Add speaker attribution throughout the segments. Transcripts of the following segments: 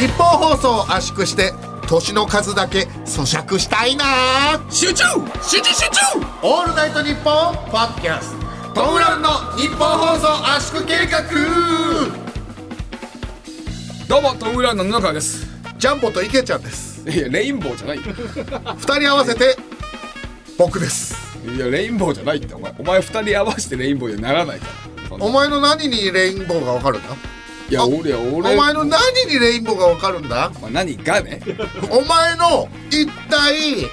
Speaker 1: 日本放送を圧縮して年の数だけ咀嚼したいな
Speaker 2: 集中集中集中
Speaker 1: オールナイトニッポンポッドキャストトムブラウンの日本放送圧縮計画
Speaker 2: どうもトム・ブラウンの布川です
Speaker 1: ジャンボと池ちゃんです
Speaker 2: いやレインボーじゃないよ
Speaker 1: 二人合わせて僕です
Speaker 2: いやレインボーじゃないってお前お前二人合わせてレインボーにはならないからそんな
Speaker 1: お前の何にレインボーがわかるんだ
Speaker 2: いや俺俺
Speaker 1: お前の何にレインボーがわかるんだ
Speaker 2: まあ何がね
Speaker 1: お前の一体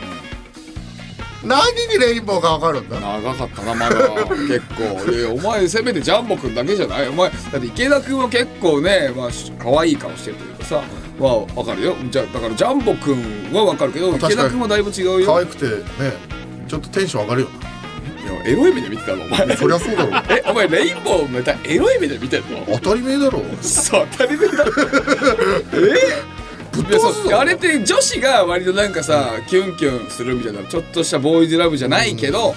Speaker 1: 何にレインボーがわかるんだ
Speaker 2: 長かったなまだ結構いやお前せめてジャンボくんだけじゃないお前だって池田くんは結構ねまあし可愛い顔してるというかさまあわかるよじゃだからジャンボくんはわかるけど
Speaker 1: 確かに
Speaker 2: 池田くんはだいぶ違う
Speaker 1: 可
Speaker 2: よ
Speaker 1: 愛くてねちょっとテンション上がるよ
Speaker 2: いやエロい目で見てたのお前
Speaker 1: なそりゃそうだろ う
Speaker 2: えお前レインボーまたエロい目で見てんの
Speaker 1: 当たり前だろう
Speaker 2: そう当たり前だえぶっ
Speaker 1: 飛ばすぞ
Speaker 2: あれって女子が割となんかさ、キュンキュンするみたいなちょっとしたボーイズラブじゃないけど、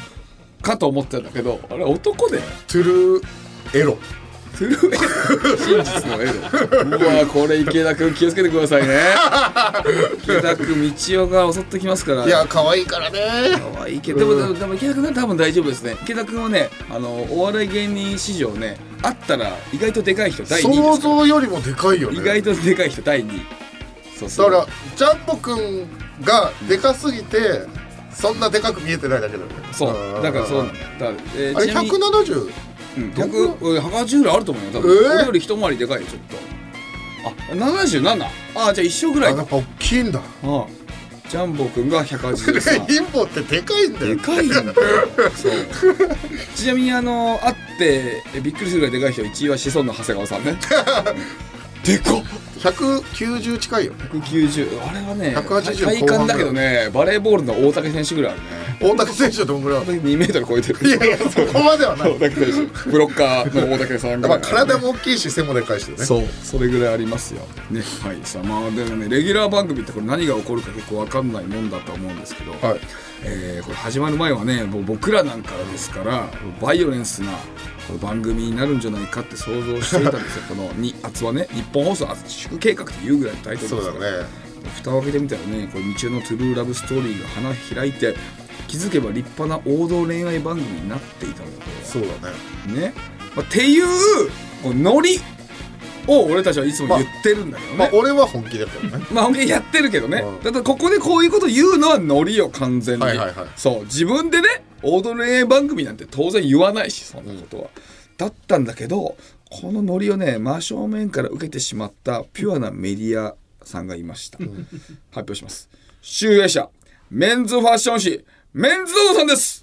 Speaker 2: かと思ってたんだけどあれ男で
Speaker 1: トゥルーエロ
Speaker 2: 震え真実のエロうわこれ池田君気をつけてくださいね池田君道夫が襲ってきますから
Speaker 1: いや可愛いからね
Speaker 2: 可愛いけどでもでもでも池田君は多分大丈夫ですね池田君はねあのお笑い芸人史上ね会ったら意外とでかい人第2位で
Speaker 1: 想
Speaker 2: すから
Speaker 1: 像よりもでかいよね
Speaker 2: 意外とでかい人第2位そう
Speaker 1: だ
Speaker 2: そ
Speaker 1: か
Speaker 2: う
Speaker 1: らジャンボくんがでかすぎてそんなでかく見えてないだけだよね
Speaker 2: そうだからそうなんだだから、えー
Speaker 1: あれ
Speaker 2: ちなみに
Speaker 1: 170
Speaker 2: うん100うん180ぐらいあると思うよ多分、
Speaker 1: えー
Speaker 2: 俺より一回りでかいよちょっとあ77あじゃあ一緒ぐ
Speaker 1: あ
Speaker 2: らい
Speaker 1: や
Speaker 2: か
Speaker 1: っぱ大きいんだ
Speaker 2: ああジャンボくんが
Speaker 1: レ
Speaker 2: 183
Speaker 1: インボーってでかいんだよ
Speaker 2: でかいんだよそうちなみにあの会ってえびっくりするぐらいでかい人1位は子孫の長谷川さ んねでかっ
Speaker 1: 190近いよね
Speaker 2: 190あれはね
Speaker 1: 180
Speaker 2: 体感だけどねバレーボールの大竹選手ぐらいあるね
Speaker 1: 大竹選手はどんぐらいある
Speaker 2: 大竹2メートル超えてる
Speaker 1: いやいやそこまではない
Speaker 2: 大竹選手ブロッカーの大竹さんぐ
Speaker 1: ま
Speaker 2: ら
Speaker 1: あ
Speaker 2: い
Speaker 1: 体も大きいし背もでかいしね
Speaker 2: そうそれぐらいありますよねはいさあまあでもねレギュラー番組ってこれ何が起こるか結構わかんないもんだと思うんですけど、
Speaker 1: はい
Speaker 2: えーこれ始まる前はねもう僕らなんかですからバイオレンスなこの番組になるんじゃないかって想像していたん ですよこのに「厚はね日本放送圧縮計画」というぐらいのタイトルです
Speaker 1: そ
Speaker 2: か
Speaker 1: う
Speaker 2: ら
Speaker 1: だね
Speaker 2: 蓋を開けてみたらねこれ日中のトゥルーラブストーリーが花開いて気づけば立派な王道恋愛番組になっていたのだと
Speaker 1: そうだね
Speaker 2: ね、まあ、っていうこうノリを俺たちはいつも言ってるんだけどね、
Speaker 1: ま
Speaker 2: ま
Speaker 1: あ
Speaker 2: あ
Speaker 1: 俺は本気だけ どね
Speaker 2: 本気でやってるけどね、
Speaker 1: うん
Speaker 2: だからここでこういうこと言うのはノリよ完全に、
Speaker 1: はいはいはい
Speaker 2: そう自分でねオードレー番組なんて当然言わないしそんなことは、だったんだけどこのノリをね真正面から受けてしまったピュアなメディアさんがいました、発表します集英社メンズファッション誌メンズ堂さんです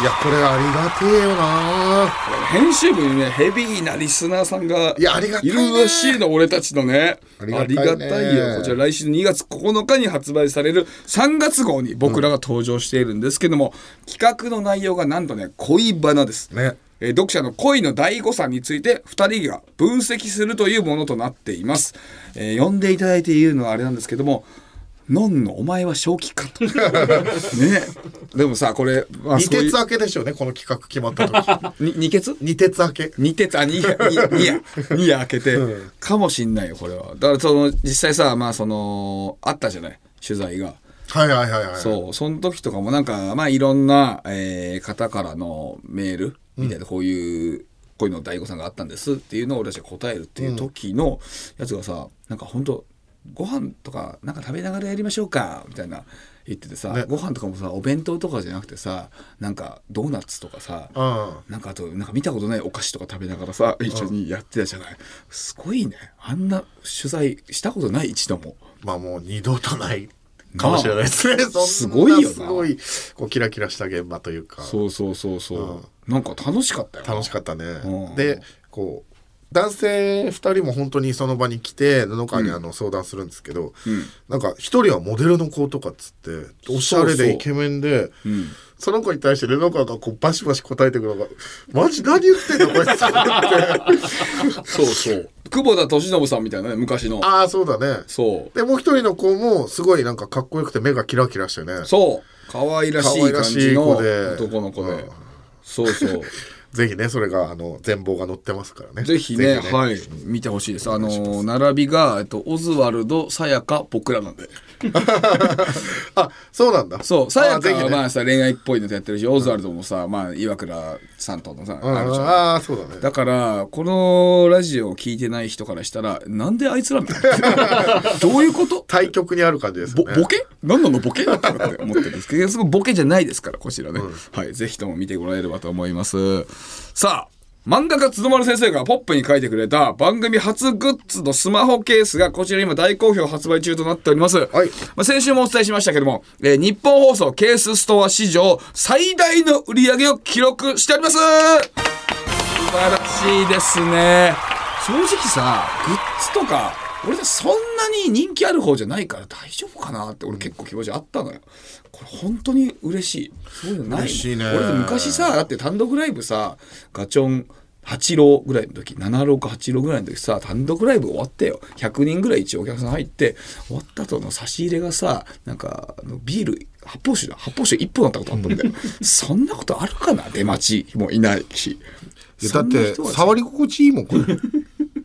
Speaker 1: いやこれありがてえよな
Speaker 2: 編集部にねヘビーなリスナーさんが
Speaker 1: いやありがたい
Speaker 2: い
Speaker 1: ね
Speaker 2: るらしいの俺たちのね
Speaker 1: あ
Speaker 2: あ
Speaker 1: り
Speaker 2: り
Speaker 1: がたいね
Speaker 2: がたいよこちら来週2月9日に発売される3月号に僕らが登場しているんですけども、企画の内容がなんとね恋バナです、
Speaker 1: ね
Speaker 2: えー読者の恋の第誤算について2人が分析するというものとなっています、えー読んでいただいているのはあれなんですけどものんのお前は正気 かとねでもさこれ、まあ
Speaker 1: 二
Speaker 2: そうい
Speaker 1: 鉄
Speaker 2: う
Speaker 1: 明けでしょうねこの企画決まった 時
Speaker 2: に二欠
Speaker 1: 二鉄明け
Speaker 2: 二鉄あ二夜二夜二夜二夜開けて、かもしんないよこれはだからその実際さまあそのあったじゃない取材が、
Speaker 1: はいはいはいはい
Speaker 2: そうその時とかもなんかまあいろんな、えー方からのメールみたいなこういう、こういうの大悟さんがあったんですっていうのを俺たちが答えるっていう時のやつがさ、なんか本当ご飯とかなんか食べながらやりましょうかみたいな言っててさ、
Speaker 1: ね
Speaker 2: ご飯とかもさお弁当とかじゃなくてさなんかドーナツとかさ、
Speaker 1: うん
Speaker 2: なんかあとなんか見たことないお菓子とか食べながらさ一緒にやってたじゃない、すごいねあんな取材したことない一度も
Speaker 1: まあもう二度とないかもしれないですね。そんな
Speaker 2: すごいよな
Speaker 1: すごい、こうキラキラした現場というか、
Speaker 2: そうそうそうそう、なんか楽しかったよ
Speaker 1: 楽しかったね。
Speaker 2: うん
Speaker 1: で、こう、男性2人も本当にその場に来て布川にあの相談するんですけど、なんか1人はモデルの子とかっつっておしゃれ
Speaker 2: そうそう
Speaker 1: でイケメンでその子に対して布川がこうバシバシ答えてくるのが「マジ何言ってんのこいつ」
Speaker 2: そうそう久保田利伸さんみたいなね昔の
Speaker 1: ああそうだね
Speaker 2: そ
Speaker 1: でもう1人の子もすごいなんかかっこよくて目がキラキラしてね
Speaker 2: うそう可愛らしい感じの
Speaker 1: 可愛らしい子で
Speaker 2: 男の子で、
Speaker 1: うん
Speaker 2: そうそう
Speaker 1: ぜひねそれがあの全貌が載ってますからね
Speaker 2: ぜひねはい見てほしいですあの並びが、えっと、オズワルドさやか僕らなんで
Speaker 1: あそうなんだ
Speaker 2: そうさやか
Speaker 1: あぜ
Speaker 2: は
Speaker 1: ひね
Speaker 2: まあさ恋愛っぽいのやってるしオズワルドもさまあ岩倉さんとのさ
Speaker 1: うん
Speaker 2: あるじゃん
Speaker 1: あーそうだね
Speaker 2: だからこのラジオを聞いてない人からしたらなんであいつらみた いなどういうこと
Speaker 1: 対極にある感じです
Speaker 2: ぼ
Speaker 1: よね
Speaker 2: ボケ何なのボケって思ってるんですけどそこボケじゃ ないですからこちらね、はいぜひとも見てもらえればと思いますさあ漫画家つどまる先生がポップに書いてくれた番組初グッズのスマホケースがこちら今大好評発売中となっております、
Speaker 1: はい
Speaker 2: まあ、先週もお伝えしましたけども、えー日本放送ケースストア史上最大の売り上げを記録しております素晴らしいですね正直さグッズとか俺そんなに人気ある方じゃないから大丈夫かなって俺結構気持ちあったのよこれ本当に嬉しいそういうのないの
Speaker 1: 嬉しいね
Speaker 2: 俺昔さだって単独ライブさガチョン八郎ぐらいの時768郎ぐらいの時さ単独ライブ終わってよ100人ぐらい一応お客さん入って終わった後の差し入れがさなんかあのビール発泡酒だ発泡酒1本だったことあったんだ よそんなことあるかな出待ちもいないし
Speaker 1: いやだって
Speaker 2: そんな人がさ
Speaker 1: 触り心地いいもんこれ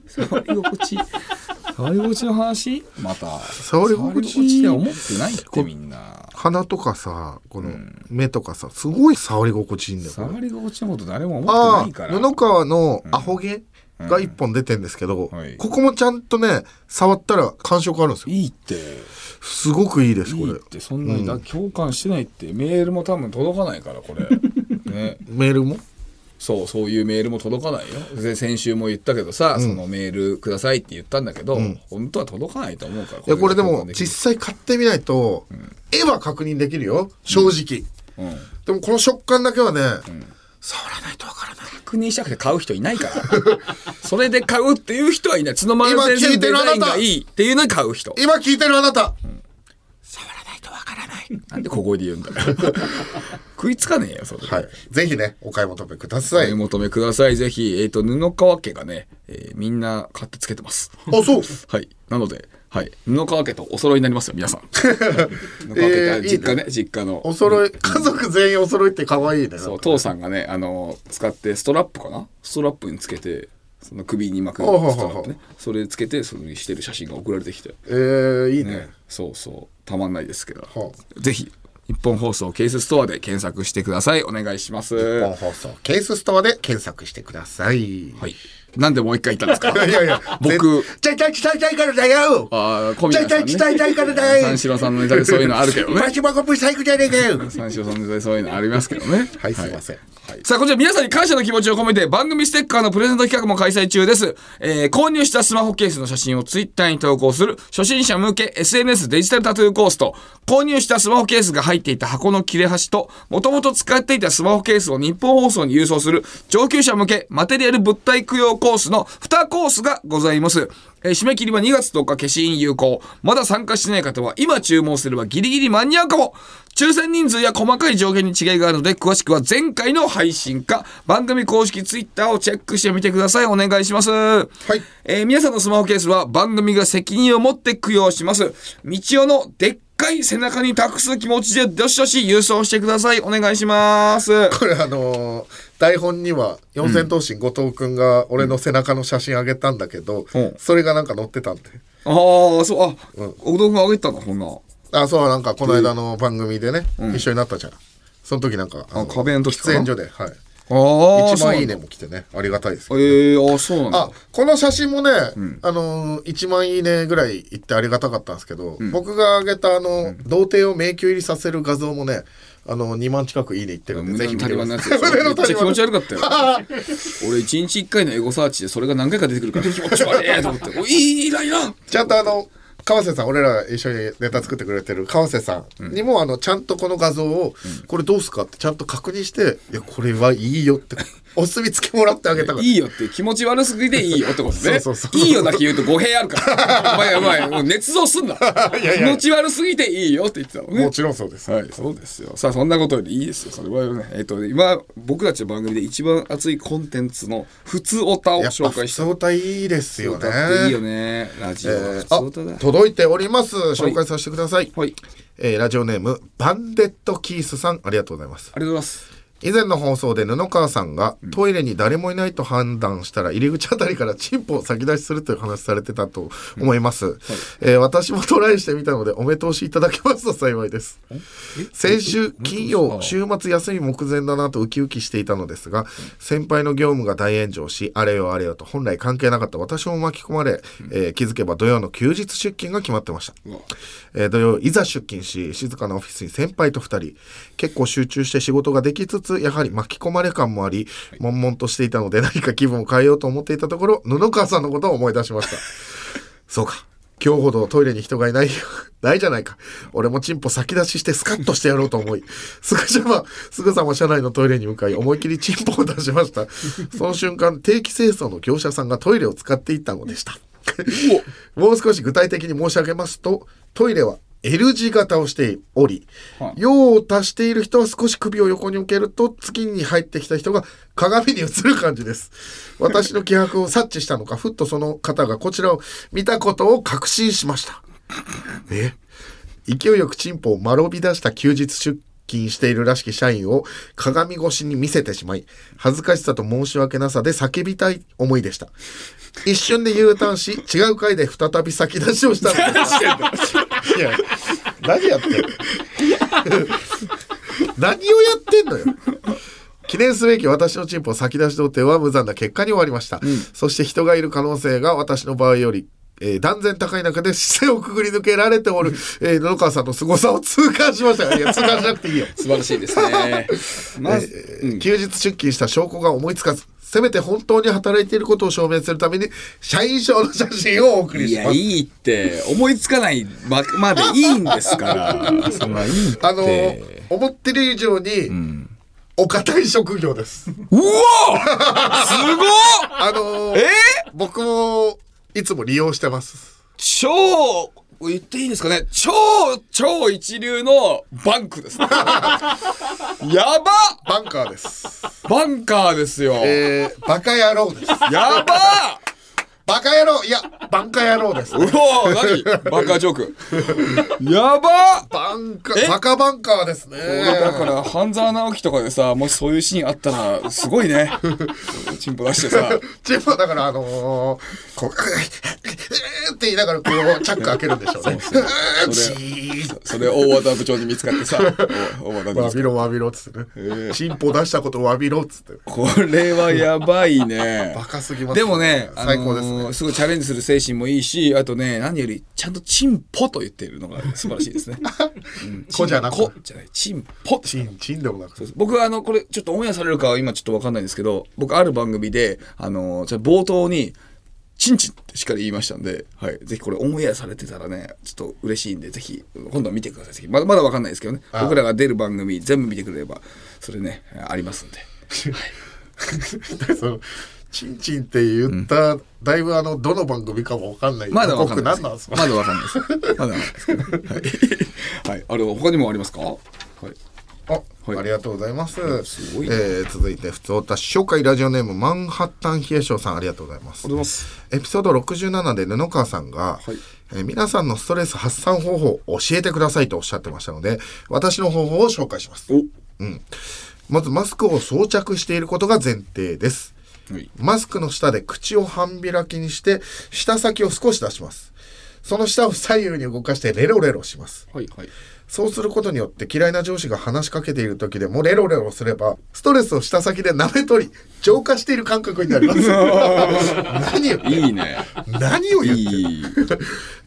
Speaker 2: 触り心地触り心地の話また
Speaker 1: 触り心地
Speaker 2: 触りって思ってないってみんな
Speaker 1: 鼻とかさこの目とかさすごい触り心地いいんだよこれ
Speaker 2: 触り心地のこと誰も思って
Speaker 1: あ
Speaker 2: ないか
Speaker 1: あ
Speaker 2: ら
Speaker 1: 布川のアホ毛が一本出てんですけど、
Speaker 2: はい
Speaker 1: ここもちゃんとね触ったら感触あるんですよ
Speaker 2: いいって
Speaker 1: すごくいいです
Speaker 2: い
Speaker 1: これ
Speaker 2: いってそんなにだ共感してないってメールも多分届かないからこ れね
Speaker 1: メールも
Speaker 2: そうそういうメールも届かないよで先週も言ったけどさ、そのメールくださいって言ったんだけど、本当は届かないと思うから
Speaker 1: いやこれでも
Speaker 2: 実
Speaker 1: 実際買ってみないと、絵は確認できるよ正直、
Speaker 2: うん
Speaker 1: でもこの食感だけはね、触らないとわからない
Speaker 2: 確認したくて買う人いないから それで買うっていう人はいない角丸先生のデザインがいいっていうのに買う人
Speaker 1: 今聞いてるあなた、
Speaker 2: 触らないとわからないなんで小声で言うんだ よ食いつかねえよそれ、
Speaker 1: はいぜひねお買い求めくだ
Speaker 2: お
Speaker 1: さい、
Speaker 2: 買い求めくださいぜひえっ、と布川家がね、えーみんな買ってつけてます
Speaker 1: あそう
Speaker 2: はい。なので、はい。布川家とお揃いになりますよ、皆 さん。布川家が実家ね、実家の。
Speaker 1: お揃い家族全員お揃いって可愛いね
Speaker 2: そう、父さんがね、あの、使って、ストラップかなストラップにつけて、その首に巻くス
Speaker 1: ほうほうほう
Speaker 2: トラップね。それつけて、それにしてる写真が送られてきて。
Speaker 1: えー、いいね
Speaker 2: ね、そうそう。たまんないですけど
Speaker 1: は。
Speaker 2: ぜひ、日本放送ケースストアで検索してください。お願いします。
Speaker 1: 日本
Speaker 2: は
Speaker 1: 放送ケースストアで検索してください、
Speaker 2: い。なんでもう一回言ったんですか
Speaker 1: いやいや、
Speaker 2: 僕
Speaker 1: ぜ、ちゃいちゃいちゃいちゃいからだよ
Speaker 2: ああ、小宮さん、ね。
Speaker 1: ちょいちょいちょいちょいからだい
Speaker 2: 三四郎さんのネタでそういうのあるけど ね
Speaker 1: マ。シマコプリサイクじゃねえかよ
Speaker 2: 三四郎さんのネタでそういうのありますけどね。
Speaker 1: はい、すいません。
Speaker 2: さあ、こちら皆さんに感謝の気持ちを込めて番組ステッカーのプレゼント企画も開催中です。えー購入したスマホケースの写真をツイッターに投稿する初心者向け SNS デジタルタトゥーコースと、購入したスマホケースが入っていた箱の切れ端と、もともと使っていたスマホケースを日本放送に郵送する上級者向けマテリアル物体供養コースの2コースがございます。えー締め切りは2月10日消印有効。まだ参加してない方は今注文すればギリギリ間に合うかも。抽選人数や細かい上限に違いがあるので、詳しくは前回の配信か、番組公式ツイッターをチェックしてみてください。お願いします。はいえー皆さんのスマホケースは番組が責任を持って供養します。道夫のでっかい背中に託す気持ちでどしどし郵送してください。お願いします。
Speaker 1: これあのー台本には四千頭身後藤くんが俺の背中の写真あげたんだけど、
Speaker 2: うん
Speaker 1: それがなんか載ってたんで。
Speaker 2: ああ、そう、あ、お豆腐あげてたんだ、こんな。
Speaker 1: あ、そう、なんかこの間の番組でね、一緒になったじゃん。その時なんか、あ
Speaker 2: あ壁の時か
Speaker 1: 喫
Speaker 2: な
Speaker 1: 煙所で、はい。
Speaker 2: ああ、
Speaker 1: 1
Speaker 2: そう
Speaker 1: 万
Speaker 2: なん
Speaker 1: いい
Speaker 2: だ。
Speaker 1: ねも来てね、ありがたいですけど。
Speaker 2: ええー、ああ、そうなんだ。
Speaker 1: あこの写真もね、あのー1万いいねぐらい言ってありがたかったんですけど、僕が上げたあの、童貞を迷宮入りさせる画像もねあの2万近くいいねい ってるんでぜ
Speaker 2: 胸
Speaker 1: ひ
Speaker 2: の
Speaker 1: 見て
Speaker 2: 足り
Speaker 1: く
Speaker 2: 場
Speaker 1: ださい
Speaker 2: のやつでしょめっちゃ気持ち
Speaker 1: 悪
Speaker 2: 悪かっ たよ俺一日一回のエゴサーチでそれが何回か出てくるから気持ち悪いと思って「お いいいらいら
Speaker 1: ちゃんとあの川瀬さん俺ら一緒にネタ作ってくれてる川瀬さんにも、あのちゃんとこの画像を、これどうすかってちゃんと確認していやこれはいいよ ってお墨付きもらってあげたから
Speaker 2: いいよ」って気持ち悪すぎて「いいよ」ってことね
Speaker 1: そうそうそう
Speaker 2: いいよ」だけ言うと語弊あるから「お前 お前もう捏造すんな気持ち悪すぎて「いいよ」って言ってたもんね
Speaker 1: もちろんそうです、
Speaker 2: はい、そうですよ。さあ、そんなことよりいいですよ。それはね、えっ、と、今、僕たちの番組で一番熱いコンテンツの、普通オタを
Speaker 1: やっぱ
Speaker 2: 紹介した。
Speaker 1: 普通歌いいですよね
Speaker 2: 歌っていいよね。ラジオ
Speaker 1: え
Speaker 2: は普
Speaker 1: ー
Speaker 2: 通オタだ。
Speaker 1: あ届いております紹介させてください
Speaker 2: はい。ありが
Speaker 1: えーラジオネームバンデットキースさんありがとうございます、
Speaker 2: とうございます。
Speaker 1: 以前の放送で布川さんがトイレに誰もいないと判断したら入り口あたりからチンポを先出しするという話されてたと思います、えー私もトライしてみたのでお目通しいただけますと幸いです先週金曜週末休み目前だなとウキウキしていたのですが先輩の業務が大炎上しあれよあれよと本来関係なかった私も巻き込まれ、えー気づけば土曜の休日出勤が決まってました
Speaker 2: うわ
Speaker 1: えー土曜いざ出勤し静かなオフィスに先輩と2人結構集中して仕事ができつつやはり巻き込まれ感もあり悶々としていたので何か気分を変えようと思っていたところ布川さんのことを思い出しましたそうか今日ほどトイレに人がい ないないじゃないか俺もチンポ先出ししてスカッとしてやろうと思い すぐさますぐさま車内のトイレに向かい思い切りチンポを出しましたその瞬間定期清掃の業者さんがトイレを使っていったのでしたもう少し具体的に申し上げますとトイレは L 字型をしており、
Speaker 2: はい
Speaker 1: 用を足している人は少し首を横に向けると次に入ってきた人が鏡に映る感じです私の気迫を察知したのかふっとその方がこちらを見たことを確信しましたえ勢いよくチンポを丸び出した休日出勤しているらしき社員を鏡越しに見せてしまい恥ずかしさと申し訳なさで叫びたい思いでした一瞬で U ターンし違う回で再び先出しをしたのですいや何やってんの何をやってんのよ記念すべき私のチンポ先出し童貞は無残な結果に終わりました、そして人がいる可能性が私の場合よりえー断然高い中で視線をくぐり抜けられておる、えー、野々川さんの凄さを痛感しましたいや痛感しなくていいよ
Speaker 2: 素晴らしいですね まず、うん
Speaker 1: 休日出勤した証拠が思いつかずせめて本当に働いていることを証明するために社員証の写真をお送り
Speaker 2: い
Speaker 1: し
Speaker 2: や
Speaker 1: ます
Speaker 2: いいって思いつかないままでいいんですから そんないいって
Speaker 1: あのー思ってる以上に、お堅い職業です
Speaker 2: うわすごっ
Speaker 1: あのー
Speaker 2: え
Speaker 1: 僕もいつも利用してます
Speaker 2: 超言っていいですかね超超一流のバンクです ねやば
Speaker 1: バンカーです
Speaker 2: バンカーですよ、
Speaker 1: えー、バカ野郎です
Speaker 2: やば
Speaker 1: バカ野郎いやバンカ野郎です
Speaker 2: うおー何バンカージョークやば
Speaker 1: バンカバカバンカーですね
Speaker 2: 俺だから半沢直樹とかでさもしそういうシーンあったらすごいねチンポ出してさ
Speaker 1: チームはだからあのー、こう「うーって言いながらこう チャック開けるんでしょうね
Speaker 2: そう
Speaker 1: うー
Speaker 2: そ
Speaker 1: チ
Speaker 2: れ
Speaker 1: ー
Speaker 2: それ大和田部長に見つか ってさお大和田部長
Speaker 1: わびろわびろっつってねチンポ出したことをわびろっつって
Speaker 2: これはやばいね
Speaker 1: バカすぎます
Speaker 2: でもね、あのー
Speaker 1: 最高ですね
Speaker 2: すごいチャレンジする精神もいいし、あとね、何より、ちゃんとチンポと言っているのが素晴らしいで すね。うん
Speaker 1: 子じゃなく
Speaker 2: チン子じゃない、チンポって
Speaker 1: チンチンでもなくて
Speaker 2: 僕はあのこれちょっとオンエアされるかは今ちょっとわかんないんですけど僕ある番組であのじゃあ冒頭に「チンチン」ってしっかり言いましたんで、はい、ぜひこれオンエアされてたらねちょっと嬉しいんでぜひ今度は見てくださいぜひまだまだわかんないですけどね
Speaker 1: ああ
Speaker 2: 僕らが出る番組全部見てくれればそれねありますんで
Speaker 1: そのチンチンって言った、だいぶあのどの番組かもわかんない
Speaker 2: まだわかんない
Speaker 1: 僕何なんですか
Speaker 2: まだわかんないですまだわかんないですけどはい、はい、あれ他にもありますかはい
Speaker 1: あ、
Speaker 2: はい
Speaker 1: ありがとうございます。
Speaker 2: すごい
Speaker 1: え
Speaker 2: ね
Speaker 1: ー続いて、普通た紹介ラジオネーム、マンハッタン冷え性さん、ありがとうございます。
Speaker 2: ありがとうございます
Speaker 1: エピソード67で布川さんが、
Speaker 2: はい
Speaker 1: えー皆さんのストレス発散方法を教えてくださいとおっしゃってましたので、私の方法を紹介します。
Speaker 2: お
Speaker 1: まず、マスクを装着していることが前提です。
Speaker 2: はい
Speaker 1: マスクの下で口を半開きにして、舌先を少し出します。その舌を左右に動かしてレロレロします。
Speaker 2: はいはい
Speaker 1: そうすることによって嫌いな上司が話しかけている時でもレロレロすればストレスを舌先で舐め取り浄化している感覚になり ます何を
Speaker 2: いいね
Speaker 1: 何を言ってる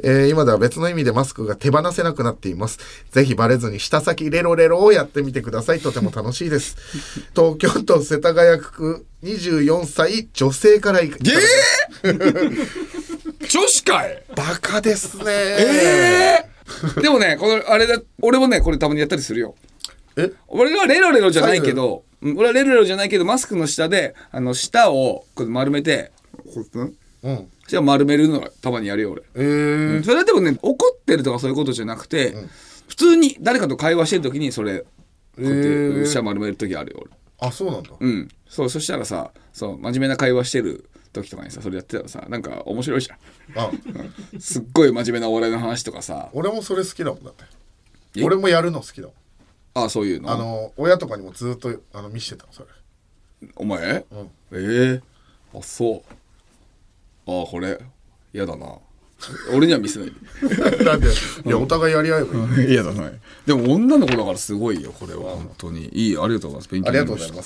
Speaker 2: いい
Speaker 1: えー今では別の意味でマスクが手放せなくなっています。ぜひバレずに舌先レロレロをやってみてください。とても楽しい です。東京都世田谷区24歳女性からいただきました
Speaker 2: 女子かい
Speaker 1: バカですね
Speaker 2: えーでもね、このあれだ、俺もね、これたまにやったりするよ。
Speaker 1: え
Speaker 2: 俺はレロレロじゃないけど、うん俺はレロレロじゃないけど、マスクの下で、あの、舌をこう丸めて、こううん
Speaker 1: うん。
Speaker 2: 舌を丸めるのがたまにやるよ、俺。
Speaker 1: えー
Speaker 2: それはでもね、怒ってるとかそういうことじゃなくて、普通に誰かと会話してる時に、それ、こうやって
Speaker 1: へー
Speaker 2: 舌丸める時あるよ、俺。
Speaker 1: あ、そうなんだ。
Speaker 2: うん。そう、そしたらさ、そう、真面目な会話してる時とかにさ、それやってたらさ、なんか面白いじゃん。
Speaker 1: あ、
Speaker 2: すっごい真面目なお笑いの話とかさ、
Speaker 1: 俺もそれ好きだもんだって。
Speaker 2: え
Speaker 1: 俺もやるの好きだもん。
Speaker 2: あそういうの
Speaker 1: あの親とかにもずっとあの見してたのそれ
Speaker 2: お前、
Speaker 1: うん
Speaker 2: ええあそうあこれ嫌だな俺には見せない
Speaker 1: なんでいやお互いやり合えばいい
Speaker 2: 嫌だなでも女の子だからすごいよこれは本当にいいありがとうございます勉
Speaker 1: あ
Speaker 2: 強
Speaker 1: り
Speaker 2: にな
Speaker 1: が
Speaker 2: り
Speaker 1: とうござ
Speaker 2: まし
Speaker 1: い
Speaker 2: た
Speaker 1: ま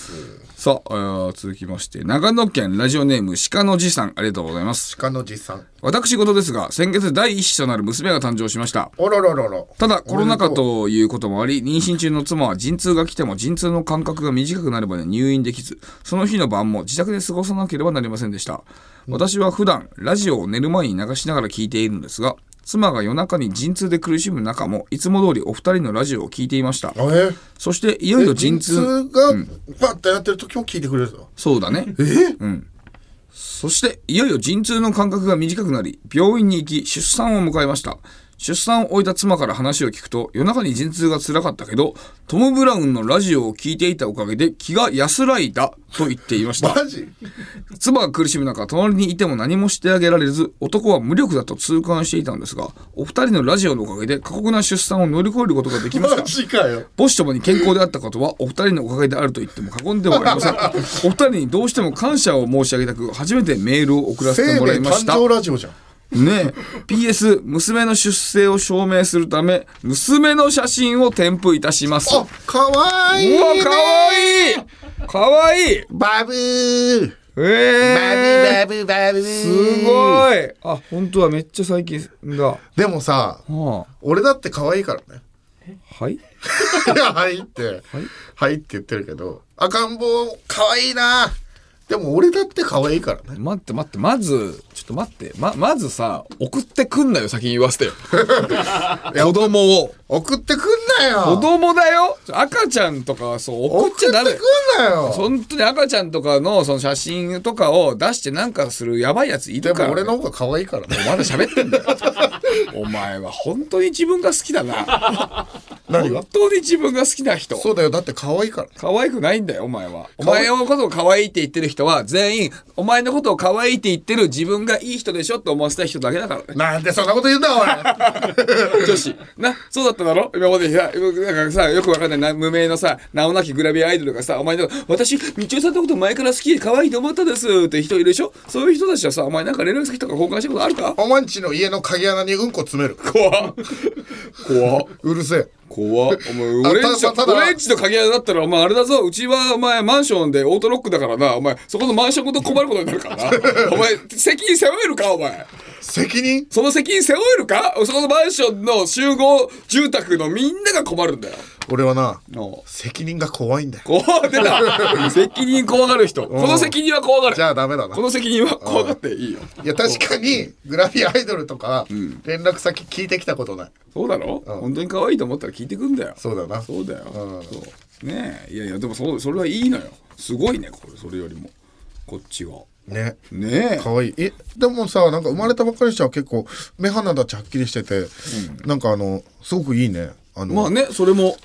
Speaker 1: す
Speaker 2: さあ、えー続きまして長野県ラジオネーム鹿のじさんありがとうございます
Speaker 1: 鹿のじさん
Speaker 2: 私事ですが先月第一子となる娘が誕生しました
Speaker 1: あらららら
Speaker 2: ただコロナ禍ということもあり妊娠中の妻は陣痛が来ても陣痛の間隔が短くなるまで入院できずその日の晩も自宅で過ごさなければなりませんでした私は普段ラジオを寝る前に流しながら聞いているのですが妻が夜中に陣痛で苦しむ中もいつも通りお二人のラジオを聞いていました
Speaker 1: あえ
Speaker 2: そしていよいよ
Speaker 1: え
Speaker 2: 陣
Speaker 1: 陣
Speaker 2: 痛
Speaker 1: 痛がパッとやってる時も聞いてくれるぞ
Speaker 2: そうだね
Speaker 1: え
Speaker 2: そして、いよいよ陣痛の間隔が短くなり、病院に行き、出産を迎えました。出産を終えた妻から話を聞くと、夜中に陣痛が辛かったけど、トム・ブラウンのラジオを聞いていたおかげで気が安らいだと言っていま した。
Speaker 1: マジ
Speaker 2: 妻が苦しむ中、隣にいても何もしてあげられず、男は無力だと痛感していたんですが、お二人のラジオのおかげで過酷な出産を乗り越えることができまし
Speaker 1: マ
Speaker 2: た。
Speaker 1: ジかよ
Speaker 2: 母子ともに健康であったことはお二人のおかげであると言っても過言ではあり ませんお二人にどうしても感謝を申し上げたく初めてメールを送らせて
Speaker 1: 生
Speaker 2: も
Speaker 1: 命
Speaker 2: らいま
Speaker 1: 誕
Speaker 2: した
Speaker 1: 生ラジオじゃん
Speaker 2: ねえ PS 娘の出生を証明するため娘の写真を添付いたしますう
Speaker 1: あ
Speaker 2: わ
Speaker 1: かわいいね
Speaker 2: かわいいかわいいえ
Speaker 1: バブー
Speaker 2: え
Speaker 1: バブバブバブ
Speaker 2: すごいあ本当はめっちゃ最近だ、は
Speaker 1: でもさ
Speaker 2: あ、
Speaker 1: 俺だって可愛いから ね
Speaker 2: はい
Speaker 1: いやはいってはいって言ってるけど赤ん坊可愛いなでも俺だって可愛いからね
Speaker 2: 待って待ってまずちょっと待ってままずさ送ってくんなよ先に言わせ てよ子供を
Speaker 1: 送ってくんなよ
Speaker 2: 子供だよ赤ちゃんとかはそう送っちゃダメ
Speaker 1: 送ってくんなよ
Speaker 2: 本当に赤ちゃんとかのその写真とかを出してなんかするやばいやつい
Speaker 1: で
Speaker 2: るか
Speaker 1: も
Speaker 2: ら
Speaker 1: 俺の方が可愛いからね
Speaker 2: お前まだ喋ってんだよお前は本当に自分が好きだな
Speaker 1: 何が
Speaker 2: 本当に自分が好きな人
Speaker 1: そうだよだって可愛いからね
Speaker 2: 可愛くないんだよお前はお前のことを可愛いって言ってる人は全員お前のことを可愛いって言ってる自分がいい人でしょって思わせたい人だけだからね
Speaker 1: なんでそんなこと言うんだお い
Speaker 2: 女子なそうだっただろ今までさなんかさよくわかんないな無名のさ名もなきグラビアアイドルがさお前の私みちおさんのこと前から好きで可愛いと思ったですって人いるでしょそういう人たちはさお前なんか連絡先とか交換したことあるか
Speaker 1: おまんちの家の鍵穴にうんこ詰める
Speaker 2: 怖っ怖っ
Speaker 1: うるせえ
Speaker 2: 怖っお前俺んち
Speaker 1: ただただ
Speaker 2: 俺んちの鍵屋だったらお前あれだぞうちはお前マンションでオートロックだからなお前そこのマンションごと困ることになるから なお前責任背負えるかお前
Speaker 1: 責任
Speaker 2: その責任背負えるかそこのマンションの集合住宅のみんなが困るんだよ
Speaker 1: 俺はな
Speaker 2: おう
Speaker 1: 責任が怖いんだよ
Speaker 2: こう出 た責任怖がる人この責任は怖がる
Speaker 1: じゃあダメだな
Speaker 2: この責任は怖がっていいよ
Speaker 1: いや確かにグラビアアイドルとか連絡先聞いてきたことない
Speaker 2: そうだろ本当に可愛いと思ったら聞いてくんだよ
Speaker 1: そうだな
Speaker 2: そうだよそうねえいやいやでもそそれはいいのよすごいねこれそれよりもこっちは
Speaker 1: ね
Speaker 2: ねえ
Speaker 1: 可愛いえでもさなんか生まれたばっかりしたら結構目鼻立ちはっきりしてて、なんかあのすごくいいねあの、
Speaker 2: まあねそれも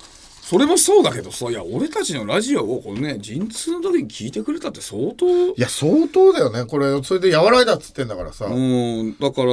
Speaker 2: それもそうだけどさいや俺たちのラジオをこのね陣痛の時に聞いてくれたって相当
Speaker 1: いや相当だよねこれそれで和らいだっつってんだからさ、
Speaker 2: うんだから